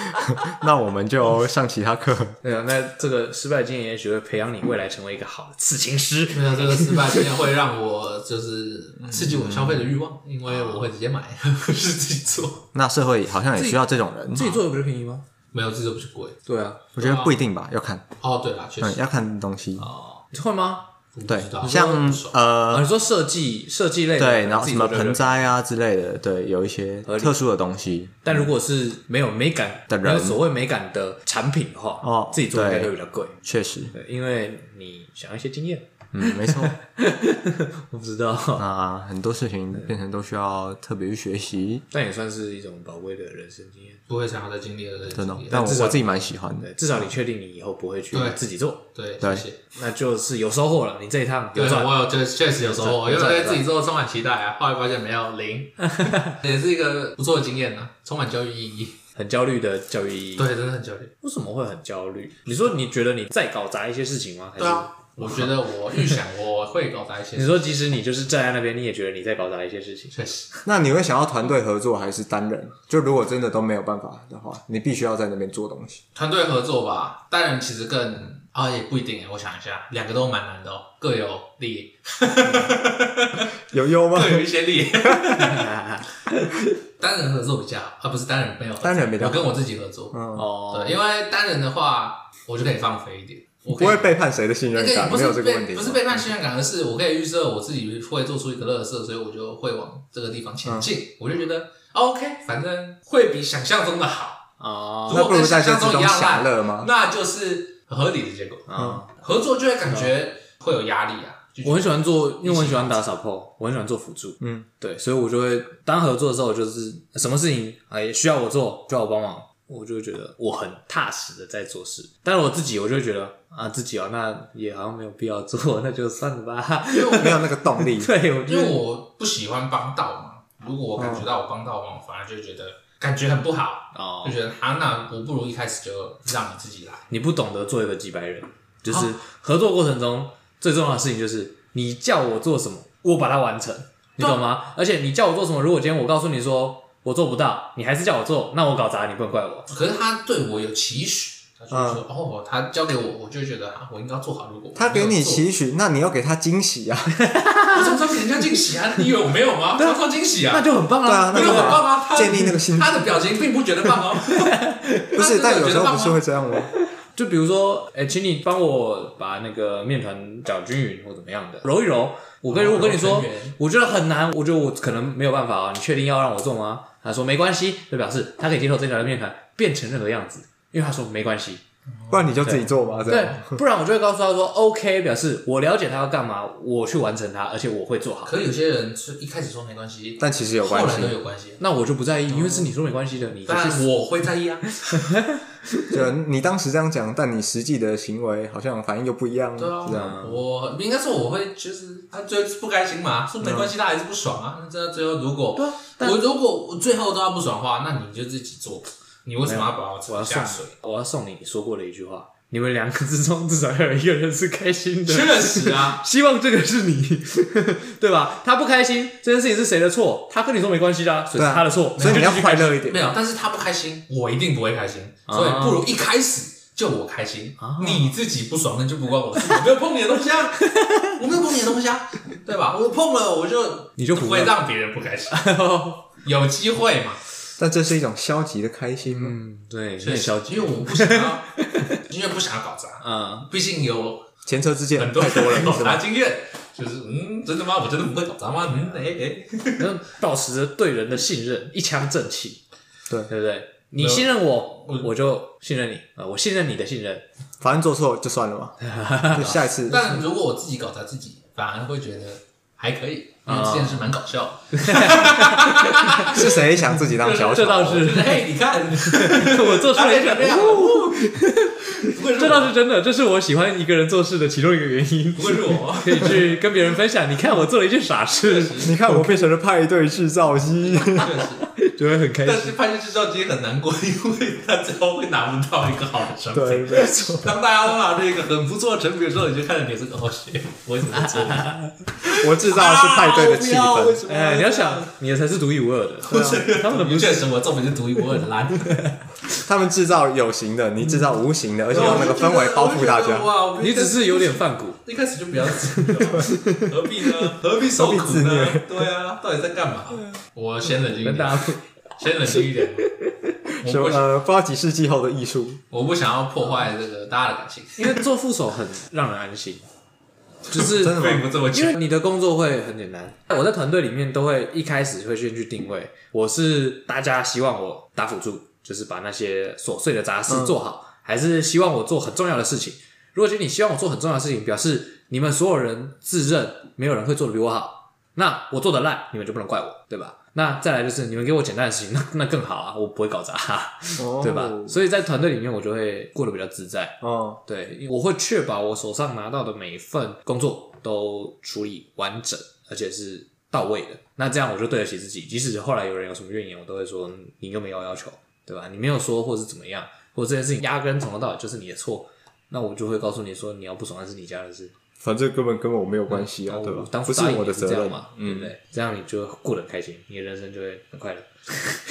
Speaker 3: <laughs> 那我们就上其他课。
Speaker 1: 对啊，那这个失败经验也许会培养你未来成为一个好的刺青师。
Speaker 2: 没有这个失败经验会让我就是嗯刺激我消费的欲望，因为我会直接买， <laughs> 不是自己做。
Speaker 3: 那社会好像也需要这种人，
Speaker 1: 自己做的不是便宜吗？
Speaker 2: 没有自己做不是贵
Speaker 1: 对啊，
Speaker 3: 我觉得不一定吧，要看，
Speaker 2: 哦，对了，确
Speaker 3: 嗯，
Speaker 2: 实
Speaker 3: 要看东西。
Speaker 2: 哦，
Speaker 1: 你会吗？
Speaker 3: 对
Speaker 2: 不知道，
Speaker 3: 像
Speaker 2: 不爽
Speaker 1: 啊，
Speaker 3: 呃，
Speaker 1: 你说设计设计类的，
Speaker 3: 对，然后
Speaker 1: 自己
Speaker 3: 什么
Speaker 1: 做就
Speaker 3: 盆
Speaker 1: 可以，
Speaker 3: 栽啊之类的，对，有一些
Speaker 1: 理
Speaker 3: 特殊的东西。
Speaker 1: 但如果是没有美感
Speaker 3: 的人
Speaker 1: 没有所谓美感的产品的话，
Speaker 3: 哦
Speaker 1: 自己做应该
Speaker 3: 对
Speaker 1: 会比较贵，
Speaker 3: 确实，
Speaker 1: 对，因为你想要一些经验，
Speaker 3: 嗯，没错。
Speaker 1: 我不知道，
Speaker 3: 那很多事情变成都需要特别去学习，
Speaker 1: <laughs> 但也算是一种宝贵的人生经验。
Speaker 2: 不会想要再经历的
Speaker 3: 真的
Speaker 2: 经。历。
Speaker 3: 但我
Speaker 1: 至少
Speaker 3: 我自己蛮喜欢的，
Speaker 1: 对，至少你确定你以后不会去
Speaker 2: 对
Speaker 1: 自己做，
Speaker 2: 对，
Speaker 3: 对
Speaker 2: 谢谢。
Speaker 1: 那就是有收获了。你这一趟有
Speaker 2: 对，
Speaker 1: 赚，
Speaker 2: 我有确确实有收获，
Speaker 1: 有
Speaker 2: 因
Speaker 1: 赚
Speaker 2: 为对自己做充满期待啊，后来发现没有零，也是一个不错的经验呢，充满教育意义。
Speaker 1: 很焦虑的教育意义。
Speaker 2: 对，真的很焦虑。
Speaker 1: 为什么会很焦虑？你说你觉得你在搞砸一些事情吗？还是
Speaker 2: 对，啊，我觉得我预想我会搞砸一些
Speaker 1: 你，说即使你就是站在那边，你也觉得你在搞砸一些事情。
Speaker 2: 确实
Speaker 3: 那你会想要团队合作还是单人？就如果真的都没有办法的话，你必须要在那边做东西。
Speaker 2: 团队合作吧，单人其实更啊，也不一定耶，我想一下，两个都蛮难的哦，各有
Speaker 3: <laughs>
Speaker 2: 利，
Speaker 3: 有优吗
Speaker 2: 各？有一些
Speaker 3: <laughs>
Speaker 2: 利。单人合作比较好，啊，不是单人没有合作，
Speaker 3: 单人比较好
Speaker 2: 我跟我自己合作，
Speaker 3: 嗯，
Speaker 1: 哦
Speaker 2: 对，，因为单人的话，我就可以放飞一点，我
Speaker 3: 不
Speaker 2: 可以
Speaker 3: 会背叛谁的信任
Speaker 2: 对，
Speaker 3: 感，
Speaker 2: 不
Speaker 3: 没
Speaker 2: 是
Speaker 3: 有这个
Speaker 2: 被
Speaker 3: 问题。
Speaker 2: 不是背叛信任感，而是我可以预设我自己会做出一个乐色，所以我就会往这个地方前
Speaker 3: 嗯
Speaker 2: 进。我就觉得、哦 OK，反正会比想象中的好，嗯
Speaker 1: 哦，
Speaker 3: 那不如在这之
Speaker 2: 如果跟想象中
Speaker 3: 中
Speaker 2: 一样烂
Speaker 3: 享乐吗？
Speaker 2: 那就是合理的结果。
Speaker 1: 嗯，
Speaker 2: 合作就会感
Speaker 3: 啊
Speaker 2: 觉会有压力啊。就觉得
Speaker 1: 我很喜欢做，因为我很喜欢打 support，我很喜欢做辅助，
Speaker 3: 嗯，
Speaker 1: 对，所以我就会当合作的时候，就是什么事情哎需要我做，需要我帮忙，我就会觉得我很踏实的在做事。但是我自己，我就会觉得啊，自己哦，那也好像没有必要做， <laughs> 那就算了吧。。
Speaker 3: 没有那个
Speaker 2: <laughs>
Speaker 3: 动力
Speaker 1: 对，我
Speaker 2: 因
Speaker 1: 就
Speaker 2: 为我不喜欢帮倒忙，如果我感觉到我帮倒忙，我反而就觉得感觉很不好，
Speaker 1: 哦
Speaker 2: 就，觉得啊，那我不如一开始就让你自己来。
Speaker 1: 你不懂得做一个几百人，就是合作过程中最重要的事情就是你叫我做什么，我把它完成，你懂吗？而且你叫我做什么，如果今天我告诉你说我做不到，你还是叫我做，那我搞砸，你不能怪我。
Speaker 2: 可是他对我有期许，他就说、哦，他交给我，我就觉得啊，我应该要做好。如果我
Speaker 3: 嗯他给
Speaker 2: 没
Speaker 3: 你
Speaker 2: 有做
Speaker 3: 期许，那你要给他惊喜啊！
Speaker 2: 我常常给人家惊喜啊！你以为我没有吗？常常惊喜
Speaker 1: 那
Speaker 2: 啊！
Speaker 1: 就很棒啦、
Speaker 3: 对啊
Speaker 2: 没
Speaker 3: 那就
Speaker 2: 有很棒啊！他
Speaker 3: 建立那个心
Speaker 2: 他的表情并不觉得棒哦。
Speaker 3: <laughs> 不是，
Speaker 2: 他真
Speaker 3: 但
Speaker 2: 的
Speaker 3: 有时
Speaker 2: 觉得
Speaker 3: 候
Speaker 2: 棒哦
Speaker 3: 不
Speaker 2: 吗
Speaker 3: 是会这样吗？
Speaker 1: 就比如说，哎、请你帮我把那个面团搅均匀或怎么样的，揉一揉。我跟、
Speaker 2: 哦
Speaker 1: 如果跟你说
Speaker 2: 揉成圆，
Speaker 1: 我觉得很难，我觉得我可能没有办法啊，你确定要让我做吗？他说没关系，就表示他可以接受这条的面团变成任何样子，因为他说没关系。
Speaker 3: 不然你就自己做嘛，这
Speaker 1: 对
Speaker 3: 样。，
Speaker 1: 不然我就会告诉他说 OK，表示我了解他要干嘛，我去完成它，而且我会做好。
Speaker 2: 可有些人是一开始说没关系，
Speaker 3: 但其实有关
Speaker 2: 后
Speaker 3: 系
Speaker 2: 来都，有关系。
Speaker 1: 那我就不在意，因为是你说没关系的，你就
Speaker 2: 当
Speaker 1: 是
Speaker 2: 然我会在意啊，
Speaker 3: 就你当时这样讲，但你实际的行为好像反应又不一样，
Speaker 2: 对
Speaker 3: 这样。
Speaker 2: 啊，我应该说我会就是他最后是不开心嘛，说没关系，他还是不爽啊。那这最后如果
Speaker 1: 嗯对啊但
Speaker 2: 我如果我最后都要不爽的话，那你就自己做，你为什么要把我
Speaker 1: 我
Speaker 2: 扯
Speaker 1: 要送
Speaker 2: 下水
Speaker 1: 你？，我要送你你说过的一句话，你们两个之中至少要有一个人是开心的。
Speaker 2: 确实啊，
Speaker 1: 希望这个是你， <laughs> 对吧？他不开心这件事情是谁的错？他跟你说没关系啦，所以是
Speaker 3: 对啊
Speaker 1: 他的错，
Speaker 3: 所以
Speaker 1: 就
Speaker 3: 你要
Speaker 1: 继续
Speaker 3: 快
Speaker 1: 开心
Speaker 3: 乐一点
Speaker 2: 没。有，但是他不开心，我一定不会开心，
Speaker 1: 啊
Speaker 2: 所以不如一开始就我开心，你自己不爽那就不关我事，我没有碰你的东西
Speaker 1: <laughs>
Speaker 2: 啊，我没有碰你的东西啊，对吧？我碰了我就
Speaker 1: 你就
Speaker 2: 不
Speaker 1: 不
Speaker 2: 会让别人不开心，有机会嘛？
Speaker 3: 但这是一种消极的开心吗？
Speaker 1: <laughs> 嗯，对，你
Speaker 2: 对，
Speaker 1: 很消极，
Speaker 2: 因为我不想要，因为不想要搞砸，啊
Speaker 1: 嗯，
Speaker 2: 毕竟有
Speaker 3: 前车之鉴
Speaker 2: 很多
Speaker 3: 太多了，
Speaker 2: 搞
Speaker 3: <laughs> 是
Speaker 2: 砸
Speaker 3: 吧？
Speaker 2: 经验，就是嗯，真的吗？我真的不会搞砸吗？嗯，哎哎，
Speaker 1: 然后保持着对人的信任，一腔正气，
Speaker 3: 对
Speaker 1: 对不对？你信任我，我就信任你啊，我信任你的信任，
Speaker 3: 反正做错就算了嘛，就下一次。
Speaker 2: 但如果我自己搞砸自己，反而会觉得还可以，因为这件事蛮搞笑的。
Speaker 3: 是谁想自己当小
Speaker 1: 这
Speaker 3: 丑？
Speaker 1: 倒
Speaker 3: <laughs>
Speaker 1: 是，
Speaker 2: 哎，你看，
Speaker 1: 我做出
Speaker 2: 他
Speaker 1: 了
Speaker 2: 变
Speaker 1: 一
Speaker 2: 成这
Speaker 1: 个
Speaker 2: 样，了，不会是
Speaker 1: 这倒
Speaker 2: 我，
Speaker 1: 是真的，这是我喜欢一个人做事的其中一个原因
Speaker 2: 不。会是我，
Speaker 1: 可以去跟别人分享，你看我做了一件傻事，
Speaker 3: 你看我变成了派对制造机，
Speaker 2: 确实。
Speaker 1: 就会很开
Speaker 2: <laughs> 但
Speaker 1: 心。
Speaker 2: 是派对制造机很难过，因为他最后会拿不到一个好的成品。
Speaker 3: 对，没错。
Speaker 2: 当大家都拿着一个很不错的成品的时候，你就看着你这个哦，学我怎么做？
Speaker 3: 我制造的是派对的气
Speaker 2: 啊我不要为
Speaker 3: 氛，
Speaker 2: 什么
Speaker 1: 哎，你要想，你的才是独一无二的，
Speaker 3: 啊哎
Speaker 1: 他们的不是。
Speaker 2: 确实，我作品是独一无二的烂，
Speaker 3: <laughs> 他们制造有形的，你制造无形啊的，而且用那个氛围包覆大
Speaker 2: 我就觉
Speaker 3: 家
Speaker 2: 得。哇，我们
Speaker 1: 你只是有点犯骨，
Speaker 2: 一开始就不要自虐，何必呢？ <laughs> 何必受
Speaker 3: 何必
Speaker 2: 苦
Speaker 3: 自
Speaker 2: 呢
Speaker 3: 虐？
Speaker 2: 对啊，到底在干嘛？我先冷静一
Speaker 1: 跟大
Speaker 2: 点，
Speaker 1: 家不
Speaker 2: 先冷静一点。我
Speaker 3: 什
Speaker 2: 不
Speaker 3: 么
Speaker 2: 想，
Speaker 3: 呃，不知道几世纪后的艺术，
Speaker 2: 我不想要破坏这个大家的感情。
Speaker 1: 因为做副手很让人安心，就是
Speaker 3: 真的
Speaker 2: 并不这么
Speaker 1: 因
Speaker 2: 久，
Speaker 1: 为你的工作会很简单。我在团队里面都会一开始会先去定位，我是大家希望我打辅助，就是把那些琐碎的杂事做好，还是希望我做很重要的事情？如果今天你希望我做很重要的事情，表示你们所有人自认没有人会做的比我好，那我做的烂，你们就不能怪我，对吧？那再来就是你们给我简单的事情，那那更好啊，我不会搞砸、 <laughs> 对吧？所以在团队里面，我就会过得比较自在。
Speaker 3: 哦，
Speaker 1: 对，我会确保我手上拿到的每一份工作都处理完整，而且是到位的。那这样我就对得起自己。即使后来有人有什么怨言，我都会说嗯你又没有要求，对吧？你没有说，或是怎么样，或者这件事情压根从头到尾就是你的错，那我就会告诉你说，你要不爽那是你家的事，
Speaker 3: 反正根本跟我没有关系
Speaker 1: 然
Speaker 3: 啊，
Speaker 1: 后
Speaker 3: 对吧
Speaker 1: 我？嗯当
Speaker 3: 不
Speaker 1: 初
Speaker 3: 是
Speaker 1: 答应
Speaker 3: 我
Speaker 1: 你
Speaker 3: 的
Speaker 1: 是
Speaker 3: 责
Speaker 1: 这样
Speaker 3: 任嗯
Speaker 1: 嘛，对不对？这样你就过得很开心，你的人生就会很快乐。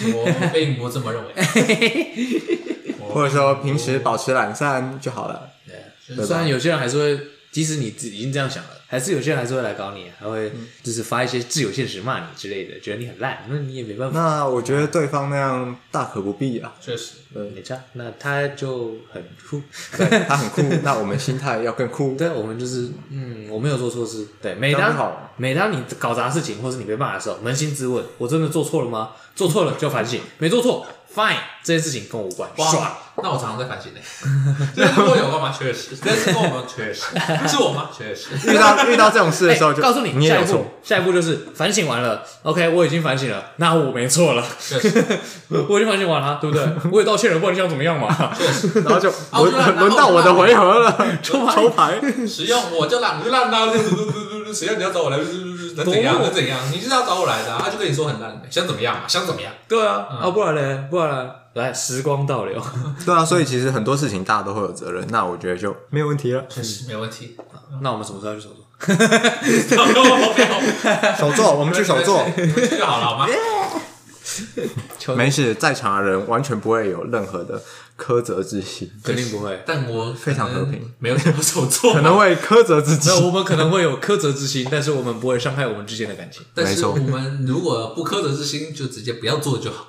Speaker 2: 我并不这么认为。
Speaker 3: 或者说平时保持懒散就好了。
Speaker 2: 对，
Speaker 1: 虽然有些人还是会，即使你已经这样想了，还是有些人还是会来搞你，还会就是发一些自由现实骂你之类的，觉得你很烂，那你也没办法。
Speaker 3: 那我觉得对方那样大可不必啊，
Speaker 2: 确实，
Speaker 1: 没差，那他就很酷。 <laughs>
Speaker 3: 对他很酷，那我们心态要更酷。
Speaker 1: 对，我们就是嗯，我没有做错事。对，每
Speaker 3: 这样
Speaker 1: 当
Speaker 3: 就好了
Speaker 1: 每当你搞砸事情，或是你被骂的时候，扪心自问：我真的做错了吗？做错了就反省，没做错，fine，这件事情跟我无关。爽，
Speaker 2: 哇，那我常常在反省呢， <laughs> 就是跟我有关吗？确实，但是跟我们确实， <laughs> 是我吗？确实，
Speaker 3: 遇到遇到这种事的时候
Speaker 1: 哎
Speaker 3: 就，
Speaker 1: 告诉你，
Speaker 3: 你也
Speaker 1: 下一
Speaker 3: 有
Speaker 1: 步
Speaker 3: 错。
Speaker 1: 下一步就是反省完了，OK，我已经反省了，那我没错了，
Speaker 2: 确实。
Speaker 1: <laughs> 我已经反省完了，对不 <laughs> 对？我也道歉了，不然你想怎么样嘛？ <laughs>
Speaker 3: 然后就
Speaker 1: 哦
Speaker 2: 我
Speaker 3: 轮
Speaker 2: 就让
Speaker 3: 轮轮到我的回合了，
Speaker 1: 抽牌
Speaker 3: <laughs> 抽
Speaker 1: <laughs>
Speaker 3: 牌。
Speaker 2: 使用我就烂，我就烂到，谁要你要找我来，能怎样？能怎样？你就是要找我来的、啊，他就跟你说很烂，想怎么样嘛？想怎么样？
Speaker 1: 对啊，啊，不然嘞，不然嘞，来时光倒 <laughs> 流，
Speaker 3: 对啊，所以其实很多事情大家都会有责任，那我觉得就没有问
Speaker 1: <laughs>
Speaker 3: 题了。
Speaker 2: 确实没问题。
Speaker 1: 那我们什么时候要去手术？
Speaker 3: 手作，我
Speaker 2: 我
Speaker 3: 们去手作。
Speaker 2: 你们去就好了，好吗？
Speaker 3: 没事，在场的人完全不会有任何的苛责之心，
Speaker 1: 肯定不会。
Speaker 2: 但我
Speaker 3: 非常和平，
Speaker 2: 没有什么手作，
Speaker 3: 可能会苛责自己
Speaker 1: 没。有，我们可能会有苛责之心，但是我们不会伤害我们之间的感情。
Speaker 2: 但
Speaker 3: 没
Speaker 2: 是
Speaker 3: 错
Speaker 2: 我们如果不苛责之心，就直接不要做就好。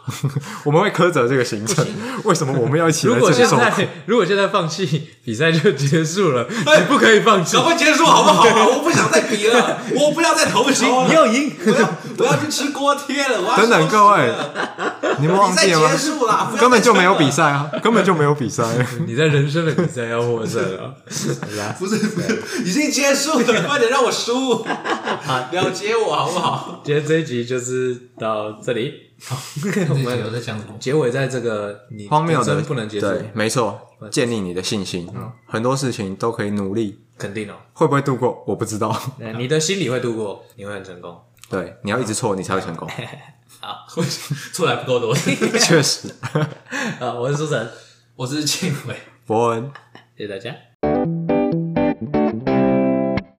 Speaker 3: 我们会苛责这个行程，为什么我们要一起来
Speaker 1: 如
Speaker 3: 这
Speaker 1: 果
Speaker 3: 里
Speaker 1: 现
Speaker 3: 受苦？
Speaker 1: 在 <laughs> 如果现在放弃，比赛就结束了，你不可以放弃
Speaker 2: 赶，快结束好不好、我不想再比了，我不要再投
Speaker 1: 你
Speaker 2: 降
Speaker 1: 你
Speaker 2: 了，
Speaker 1: 要赢。
Speaker 2: 我要我要去吃锅贴了。我要
Speaker 3: 等等各位，你们忘
Speaker 2: 比赛
Speaker 3: 记了吗
Speaker 2: 结？束啦，不要再
Speaker 3: 根本就没有
Speaker 2: 撑了
Speaker 3: 比赛
Speaker 1: <laughs>
Speaker 3: 啊，根本就没有比赛。
Speaker 1: 你在人生的比赛要获胜 <laughs> 啊！
Speaker 2: <laughs> 不是不是，已经结束了，快点让我 <laughs> 输，了解我好不好？
Speaker 1: 今天这一集就是到这里， <laughs>
Speaker 2: 我们有在讲什么？
Speaker 1: 结尾在这个你
Speaker 3: <laughs> 荒谬
Speaker 1: 人
Speaker 3: 的，
Speaker 1: 生不能结束，
Speaker 3: 对，没错，建立你的信心，
Speaker 1: 嗯
Speaker 3: 很多事情都可以努力，
Speaker 1: 肯定哦。
Speaker 3: 会不会度过我不知道。
Speaker 1: 那你的心理会度过，你会很成功。
Speaker 3: 对，你要一直错，你才会
Speaker 1: <laughs>
Speaker 3: 成功。
Speaker 2: 啊，为什么出来不够多？
Speaker 3: 确实，
Speaker 1: 啊，我是苏晨，
Speaker 2: 我是庆伟。
Speaker 3: 伯恩。
Speaker 1: 谢谢大家。